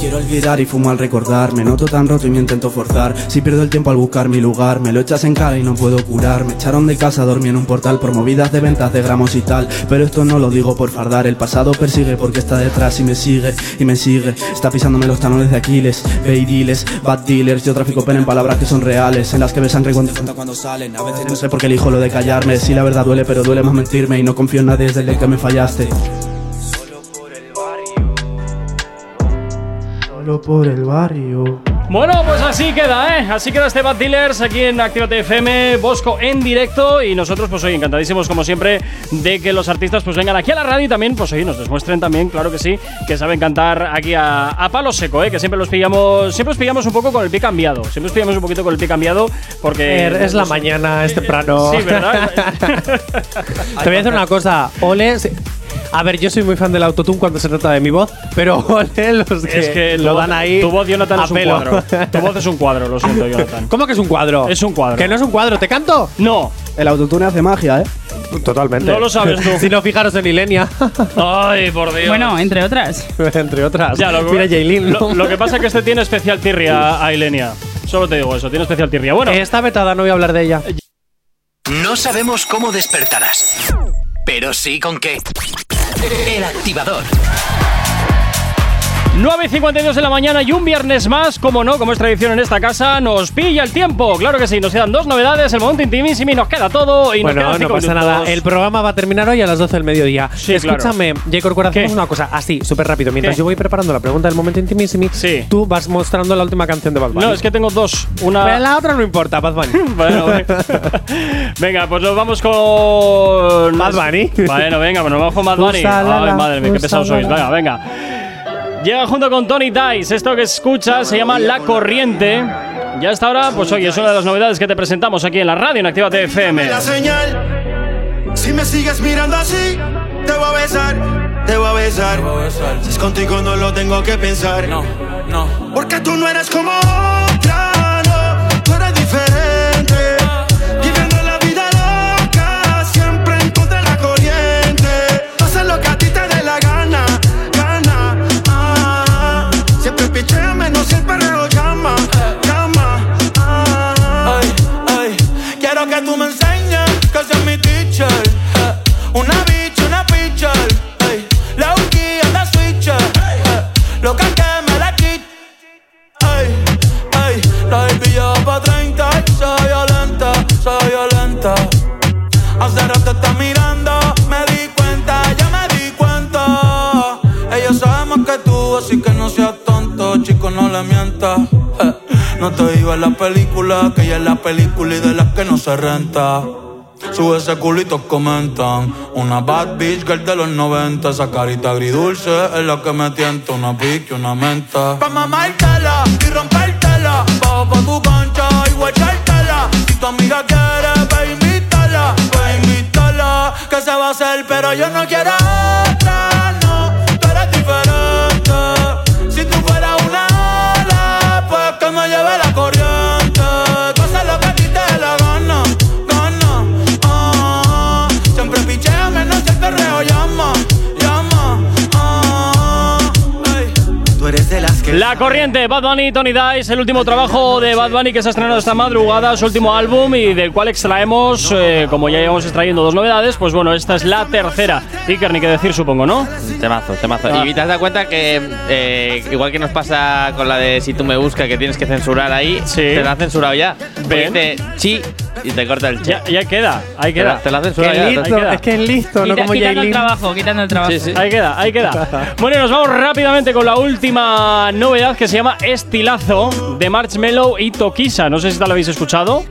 Speaker 12: Quiero olvidar y fumo al recordar, me noto tan roto y me intento forzar. Si pierdo el tiempo al buscar mi lugar, me lo echas en cara y no puedo curar. Me echaron de casa, dormí en un portal por movidas de ventas de gramos y tal. Pero esto no lo digo por fardar, el pasado persigue porque está detrás y me sigue, y me sigue. Está pisándome los talones de Aquiles, ve y diles, bad dealers. Yo trafico pena en palabras que son reales, en las que ves sangre cuando cuenta cuando salen. A veces no sé por qué elijo lo de callarme. Si la verdad duele, pero duele más mentirme y no confío en nadie desde el día que me fallaste. Solo por el barrio.
Speaker 2: Bueno, pues así queda, ¿eh? Así queda este Bad Dealers aquí en Actívate FM, Bosco en directo y nosotros, pues hoy encantadísimos como siempre de que los artistas pues vengan aquí a la radio y también, pues hoy nos demuestren también, claro que sí, que saben cantar aquí a, a palo seco, ¿eh? Que siempre los pillamos, siempre os pillamos un poco con el pie cambiado, siempre os pillamos un poquito con el pie cambiado porque...
Speaker 4: Er, es la mañana, es temprano.
Speaker 2: Sí, ¿verdad?
Speaker 4: *laughs* Te voy a hacer una cosa. Ole. se- A ver, yo soy muy fan del autotune cuando se trata de mi voz, pero *laughs* ole los que,
Speaker 2: es que tu
Speaker 4: lo
Speaker 2: voz-
Speaker 4: dan ahí.
Speaker 2: Tu voz, Jonathan,
Speaker 4: a
Speaker 2: es un
Speaker 4: pelo. *laughs*
Speaker 2: cuadro. Tu voz es un cuadro, lo siento, Jonathan.
Speaker 4: ¿Cómo que es un cuadro?
Speaker 2: Es un cuadro.
Speaker 4: Que no es un cuadro, ¿te canto?
Speaker 2: No,
Speaker 13: El autotune hace magia, ¿eh?
Speaker 4: Totalmente.
Speaker 2: No lo sabes *laughs* tú.
Speaker 4: *laughs* si no, fijaros en Ilenia,
Speaker 2: ay, por Dios.
Speaker 14: Bueno, entre
Speaker 2: *laughs*
Speaker 14: otras.
Speaker 4: entre otras.
Speaker 2: Ya, lo que,
Speaker 4: Mira, Jailin.
Speaker 2: Lo, lo que pasa es que este tiene especial tirria a Ilenia. Solo te digo eso, tiene especial tirria. Bueno,
Speaker 4: Está vetada, no voy a hablar de ella.
Speaker 1: No sabemos cómo despertarás, pero sí con qué. El activador.
Speaker 2: 9 y 52 de la mañana y un viernes más, como no, como es tradición en esta casa, nos pilla el tiempo. Claro que sí, nos quedan dos novedades, el momento intimísimo y nos queda todo. Y nos
Speaker 4: Bueno,
Speaker 2: quedan
Speaker 4: no
Speaker 2: cinco
Speaker 4: pasa
Speaker 2: minutos.
Speaker 4: nada. El programa va a terminar hoy a las 12 del mediodía.
Speaker 2: Sí, claro.
Speaker 4: Escúchame, J. Corcuera, hacemos
Speaker 2: ¿Qué?
Speaker 4: una cosa así, súper rápido. Mientras
Speaker 2: ¿Qué?
Speaker 4: yo voy preparando la pregunta del momento intimísimo,
Speaker 2: Sí.
Speaker 4: tú vas mostrando la última canción de Bad Bunny.
Speaker 2: No, es que tengo dos.
Speaker 4: Pero
Speaker 2: Una.
Speaker 4: la otra no importa, Bad Bunny.
Speaker 2: *laughs* Bueno,
Speaker 4: *laughs*
Speaker 2: ve- venga, pues nos vamos con.
Speaker 4: Bad Bunny.
Speaker 2: Bueno, venga, pues nos vamos con Bad Bunny.
Speaker 4: Úsala,
Speaker 2: Ay, madre mía, qué pesados sois. Venga,
Speaker 4: úsala.
Speaker 2: venga. Llega junto con Tony Dice. Esto que escuchas se llama La Corriente. Ya hasta ahora, pues hoy es una de las novedades que te presentamos aquí en la radio en Actívate FM.
Speaker 11: La señal. Si me sigues mirando así, te voy a besar, te voy a besar. Si es contigo no lo tengo que pensar. No, no. Porque tú no eres como otra, no. Tú eres diferente. Viviendo la vida loca, siempre en contra de la corriente. Haces lo que a ti te dé la gana, gana. Ah, siempre pichea, menos siempre llama, llama. Ah, ay, ay. Quiero que tú me enseñes que seas mi teacher. eh. Una bitch, una pitcher. Ey. La UKI la switcher. eh. Loca que me la quit. Ey, ey. La baby lleva pa' 30. Ey, Soy violenta, soy violenta. Hace rato está mirando. Me di cuenta, ya me di cuenta. Ellos sabemos que tú, así que no seas tonto, chico, no le mientas. Eh, No te iba a la película, que ella es la película y de las que no se renta. Sube ese culito, comentan. Una bad bitch girl de los 90. Esa carita agridulce es la que me tienta. Una pique, y una menta. Pa' mamártela y rompértela. Bajo pa' tu cancha y guachártela. Si tu amiga quiere, pa' invítala. Pa' invítala. Que se va a hacer, pero yo no quiero otra, no. Tú eres diferente. Si tú fueras una ala, pues que me lleve la corriente. Tú haces lo que a ti te dé la gana, gana. Ah, siempre pichea, menos si el perreo llama, llama. Ah, ey. Tú eres de las que.
Speaker 2: La corriente, Bad Bunny, Tony Dice, el último trabajo de Bad Bunny que se ha estrenado esta madrugada, su último álbum y del cual extraemos, eh, como ya llevamos extrayendo dos novedades, pues bueno, esta es la tercera. Iker, ni que decir, supongo, ¿no?
Speaker 10: Temazo, temazo.
Speaker 2: Ah.
Speaker 10: Y te has dado cuenta que, eh, igual que nos pasa con la de Si tú me buscas, que tienes que censurar ahí, te la han censurado ya. Porque
Speaker 2: Bien.
Speaker 10: dice chi y te corta el chi.
Speaker 2: Ya, ya queda, ahí
Speaker 10: Te
Speaker 2: queda.
Speaker 10: la- te la has censurado
Speaker 2: Qué
Speaker 10: ya, te
Speaker 2: listo,
Speaker 10: la has censurado.
Speaker 2: ahí queda.
Speaker 4: listo,
Speaker 3: Quita- quitando el trabajo, quitando el trabajo.
Speaker 10: Sí, sí.
Speaker 2: Ahí queda, ahí
Speaker 4: *laughs*
Speaker 2: queda. Bueno, y nos vamos rápidamente con la última novedad que se llama Estilazo de Marshmello y Toquisa. No sé si esta la habéis escuchado.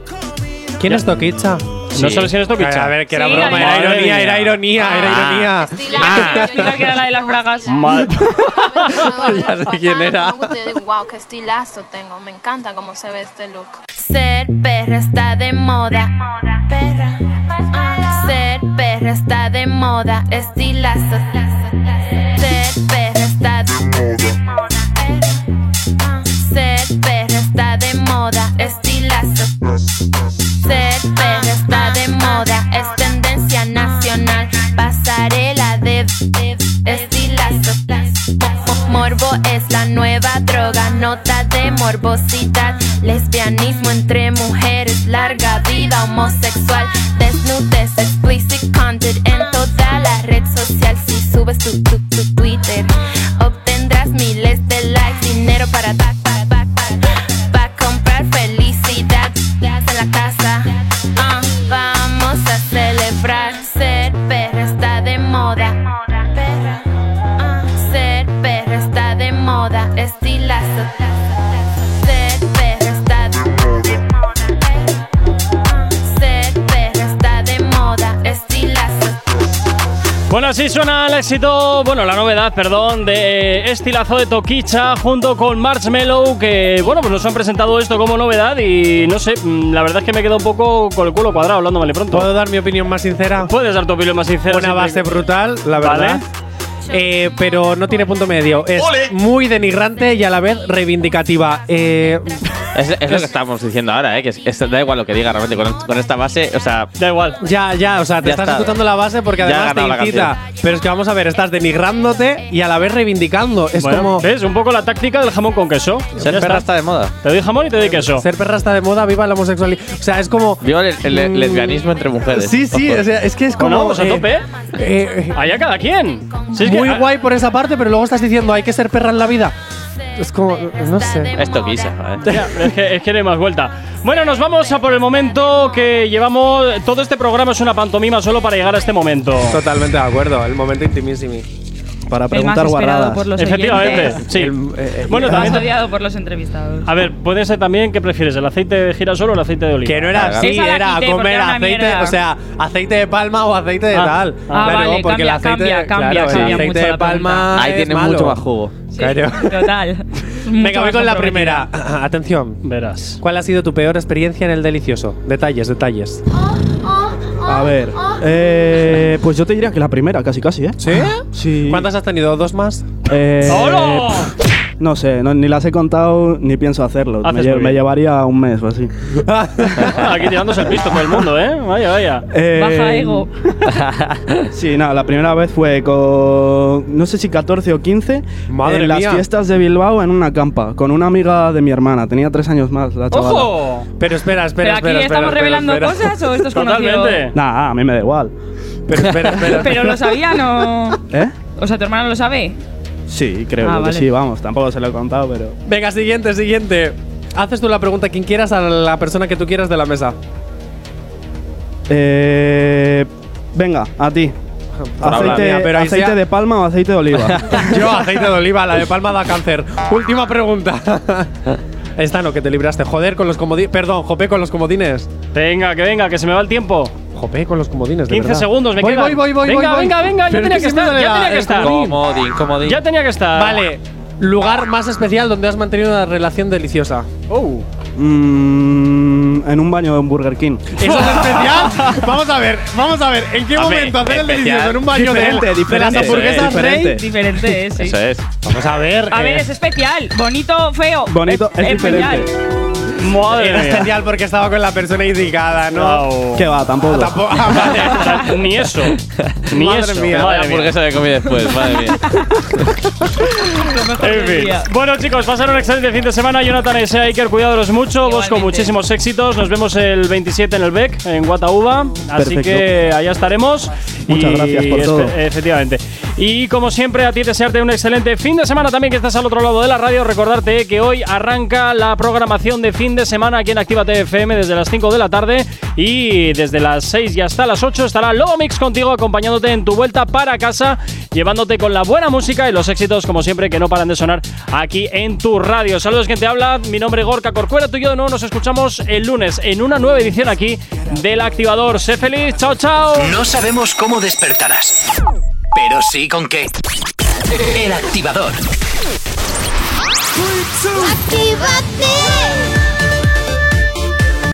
Speaker 4: ¿Quién es Toquicha?
Speaker 2: No
Speaker 10: Sí.
Speaker 2: sabes si es Toquicha.
Speaker 4: A ver, que era
Speaker 3: Sí,
Speaker 4: broma,
Speaker 3: la
Speaker 4: era
Speaker 2: de-
Speaker 4: ironía, era ironía,
Speaker 10: Ah.
Speaker 4: era ironía. Ah.
Speaker 15: Sí, la-
Speaker 3: Ah, Yo creo que era la de las
Speaker 4: *laughs*
Speaker 3: bragas.
Speaker 2: Mal-
Speaker 4: Ya sé quién era.
Speaker 15: Wow, qué estilazo tengo. Me encanta cómo se ve este look. Ser perra está de moda. Perra. Ah, Ser perra está de moda. Estilazo. Ser perra está de moda. Ah, Ser perra está de moda. Estilazo. Ser perra está de moda. Es tendencia nacional. Pasarela de estilazo. Mo- Morbo es la nueva droga, nota de morbosidad, lesbianismo entre mujeres, larga vida homosexual, desnudez, explicit content en toda la red social. Si subes tu, tu, tu Twitter, obtendrás miles de likes, dinero para dar, para, para, para, para comprar felicidad en la casa. Ah, vamos a celebrar, ser perra está de moda. Perra. Ah, Ser perro está de moda, estilazo. Ser perro está de moda. Ah, Ser perro está de moda, estilazo.
Speaker 2: Bueno, así suena el éxito, bueno, la novedad, perdón, de eh, Estilazo de Toquicha junto con Marshmello, que, bueno, pues nos han presentado esto como novedad y no sé, mm, la verdad es que me quedo un poco con el culo cuadrado hablando vale pronto.
Speaker 4: ¿Puedo dar mi opinión más sincera?
Speaker 2: Puedes dar tu opinión más sincera.
Speaker 4: Una
Speaker 2: siempre-
Speaker 4: base brutal, la
Speaker 2: Vale.
Speaker 4: verdad. Eh, pero no tiene punto medio. Es muy denigrante y a la vez reivindicativa. Eh,
Speaker 10: Es, es lo que estábamos diciendo ahora, ¿eh? que es- es- da igual lo que diga realmente. Con, con esta base, o sea,
Speaker 2: Da igual.
Speaker 4: ya, ya, o sea, te
Speaker 10: Ya
Speaker 4: estás
Speaker 10: está.
Speaker 4: escuchando la base porque
Speaker 10: Ya ha
Speaker 4: además te
Speaker 10: ganado la
Speaker 4: incita. Pero es que vamos a ver, estás denigrándote y a la vez reivindicando. Es
Speaker 2: Bueno,
Speaker 4: como.
Speaker 2: ¿Ves? Un poco la táctica del jamón con queso.
Speaker 10: ser
Speaker 2: Ya
Speaker 10: perra
Speaker 2: está.
Speaker 10: está de moda.
Speaker 2: Te doy jamón y te doy queso.
Speaker 4: Ser perra está de moda, viva la homosexualidad. O sea, es como.
Speaker 10: Viva el, el- el lesbianismo entre mujeres.
Speaker 16: Sí, sí,
Speaker 10: Ojo.
Speaker 16: o sea, es que es como.
Speaker 2: Bueno, pues a
Speaker 16: eh,
Speaker 2: tope.
Speaker 4: eh,
Speaker 2: Allá cada quien. Si es que-
Speaker 4: muy
Speaker 2: ah,
Speaker 4: guay por esa parte, pero luego estás diciendo hay que ser perra en la vida. Es como, no sé.
Speaker 10: Esto quizá, ¿eh?
Speaker 2: ya, es, que, es que no hay más vuelta. Bueno, nos vamos a por el momento que llevamos. Todo este programa es una pantomima solo para llegar a este momento.
Speaker 4: Totalmente de acuerdo, el momento intimísimo.
Speaker 16: Para
Speaker 3: El más
Speaker 16: preguntar
Speaker 3: esperado
Speaker 16: guarradas.
Speaker 3: por los
Speaker 2: Efectivamente,
Speaker 3: oyentes.
Speaker 2: sí.
Speaker 4: El- eh,
Speaker 2: bueno,
Speaker 3: El más
Speaker 2: también.
Speaker 3: odiado por los entrevistados.
Speaker 2: A ver, puede ser también que prefieres el aceite de girasol o el aceite de oliva.
Speaker 4: Que no era
Speaker 10: Esa
Speaker 4: así,
Speaker 3: la
Speaker 4: era
Speaker 3: quité porque
Speaker 4: comer
Speaker 3: era una
Speaker 4: aceite,
Speaker 3: mierda.
Speaker 4: o sea, aceite de palma o aceite de
Speaker 2: Ah,
Speaker 4: tal.
Speaker 2: ah,
Speaker 4: Claro,
Speaker 3: vale,
Speaker 4: porque
Speaker 3: cambia,
Speaker 4: el aceite,
Speaker 3: cambia,
Speaker 4: claro,
Speaker 3: cambia,
Speaker 4: el
Speaker 3: cambia
Speaker 4: aceite
Speaker 3: mucho
Speaker 4: de
Speaker 3: la
Speaker 4: palma
Speaker 10: Ahí
Speaker 4: es
Speaker 10: tiene
Speaker 4: malo.
Speaker 10: mucho más jugo.
Speaker 4: *laughs*
Speaker 3: Sí,
Speaker 4: Claro.
Speaker 3: *laughs* Total.
Speaker 4: Venga, voy con la primera. Ah, *laughs* Atención. Verás. ¿Cuál ha sido tu peor experiencia en el delicioso? Detalles, detalles.
Speaker 12: A ver, eh, pues yo te diría que la primera, casi casi, ¿eh?
Speaker 4: ¿Sí?
Speaker 12: Sí.
Speaker 4: ¿Cuántas has tenido? ¿Dos más?
Speaker 12: Eh, pff, No sé, no- ni las he contado ni pienso hacerlo. Me,
Speaker 2: Haces
Speaker 12: lle-
Speaker 2: muy
Speaker 12: me
Speaker 2: bien.
Speaker 12: llevaría un mes o así.
Speaker 2: *laughs* Aquí tirándose el pisto todo el mundo, ¿eh? Vaya, vaya.
Speaker 12: Eh, sí, nada, la primera vez fue con. No sé si 14 o 15.
Speaker 4: Madre
Speaker 12: en
Speaker 4: mía.
Speaker 12: las fiestas de Bilbao en una campa. Con una amiga de mi hermana. Tenía tres años más, la chavala.
Speaker 2: ¡Ojo!
Speaker 4: Pero espera, espera,
Speaker 3: ¿Pero aquí
Speaker 4: espera,
Speaker 3: estamos
Speaker 4: espera,
Speaker 3: revelando
Speaker 4: espera.
Speaker 3: cosas o esto es conocido?
Speaker 2: Totalmente.
Speaker 12: Nah, a mí me da igual.
Speaker 4: Pero espera,
Speaker 12: *laughs*
Speaker 4: espera.
Speaker 3: Pero lo sabía, ¿no?
Speaker 12: ¿Eh?
Speaker 3: O sea, ¿tu hermana lo sabe?
Speaker 12: Sí, creo
Speaker 3: Ah,
Speaker 12: que
Speaker 3: vale.
Speaker 12: sí, vamos. Tampoco se lo he contado, pero.
Speaker 4: Venga, siguiente, siguiente. Haces tú la pregunta a quien quieras, a la persona que tú quieras de la mesa.
Speaker 12: Eh, venga, a ti.
Speaker 4: Por hablar.
Speaker 12: Aceite,
Speaker 4: Mira, pero ahí
Speaker 12: aceite
Speaker 4: sea-
Speaker 12: de palma o aceite de oliva.
Speaker 4: *laughs* Yo, aceite de oliva, la de palma da cáncer. Última pregunta. *laughs* Esta no, que te libraste. Joder, con los comodines. Perdón, jopé con los comodines.
Speaker 2: Venga, que venga, que se me va el tiempo.
Speaker 4: Jopé con los comodines. de
Speaker 2: 15
Speaker 4: verdad.
Speaker 2: segundos, me
Speaker 4: voy,
Speaker 2: quedan.
Speaker 4: voy, voy, voy,
Speaker 2: Venga,
Speaker 4: voy, voy.
Speaker 2: venga, venga, ya
Speaker 4: Pero es
Speaker 2: tenía
Speaker 4: que
Speaker 2: que
Speaker 4: siempre
Speaker 2: estar,
Speaker 4: me
Speaker 2: ya
Speaker 4: da
Speaker 2: tenía que
Speaker 4: el
Speaker 2: estar.
Speaker 4: comodín.
Speaker 17: Comodín, comodín.
Speaker 2: Ya tenía que estar.
Speaker 4: Vale, lugar más especial donde has mantenido una relación deliciosa.
Speaker 2: Oh.
Speaker 12: Mm, en un baño de un Burger King.
Speaker 4: ¿Eso
Speaker 2: *laughs*
Speaker 4: es especial? vamos a ver, vamos a ver. ¿En qué momento hacer el
Speaker 17: especial.
Speaker 4: delicioso en un baño
Speaker 12: Diferente,
Speaker 4: de, de las
Speaker 12: diferente.
Speaker 4: hamburguesas
Speaker 12: Eso es,
Speaker 4: Rey?
Speaker 12: diferente.
Speaker 3: Diferente, ¿eh? sí.
Speaker 17: Eso es.
Speaker 4: Vamos a ver.
Speaker 3: A ver,
Speaker 4: eh,
Speaker 3: es especial. Bonito, feo.
Speaker 12: Bonito, es
Speaker 3: especial.
Speaker 12: diferente.
Speaker 2: Madre
Speaker 4: Era
Speaker 2: mía.
Speaker 4: especial porque estaba con la persona indicada, ¿no?
Speaker 2: Au.
Speaker 12: Que va, tampoco.
Speaker 4: Tampoco- ah, vale. *laughs*
Speaker 2: Ni eso. Ni
Speaker 4: Madre
Speaker 2: eso.
Speaker 4: mía,
Speaker 2: Madre
Speaker 4: vaya
Speaker 2: mía.
Speaker 17: Hamburguesa que comí después, madre
Speaker 3: *laughs*
Speaker 17: mía.
Speaker 3: Lo mejor
Speaker 2: En
Speaker 3: del
Speaker 2: fin.
Speaker 3: día.
Speaker 2: Bueno, chicos, pasaron un excelente fin de semana. Jonathan y Iker, cuidadoros mucho. Vos con
Speaker 3: Igualmente.
Speaker 2: muchísimos éxitos. Nos vemos el 27 en el BEC, en Guatauba. Así
Speaker 12: Perfecto.
Speaker 2: que allá estaremos.
Speaker 12: Muchas
Speaker 2: Y
Speaker 12: gracias por
Speaker 2: espe-
Speaker 12: todo.
Speaker 2: Efectivamente. Y como siempre, a ti desearte un excelente fin de semana también que estás al otro lado de la radio. Recordarte que hoy arranca la programación de fin de semana aquí en Actívate FM desde las 5 de la tarde y desde las 6 y hasta las 8 estará Lobo Mix contigo acompañándote en tu vuelta para casa, llevándote con la buena música y los éxitos como siempre que no paran de sonar aquí en tu radio. Saludos quien te habla, mi nombre es Gorka Corcuera, tú y yo de nuevo nos escuchamos el lunes en una nueva edición aquí del Activador. Sé feliz, chao chao.
Speaker 1: No sabemos cómo despertarás, pero sí con qué. El activador.
Speaker 8: ¡Actívate!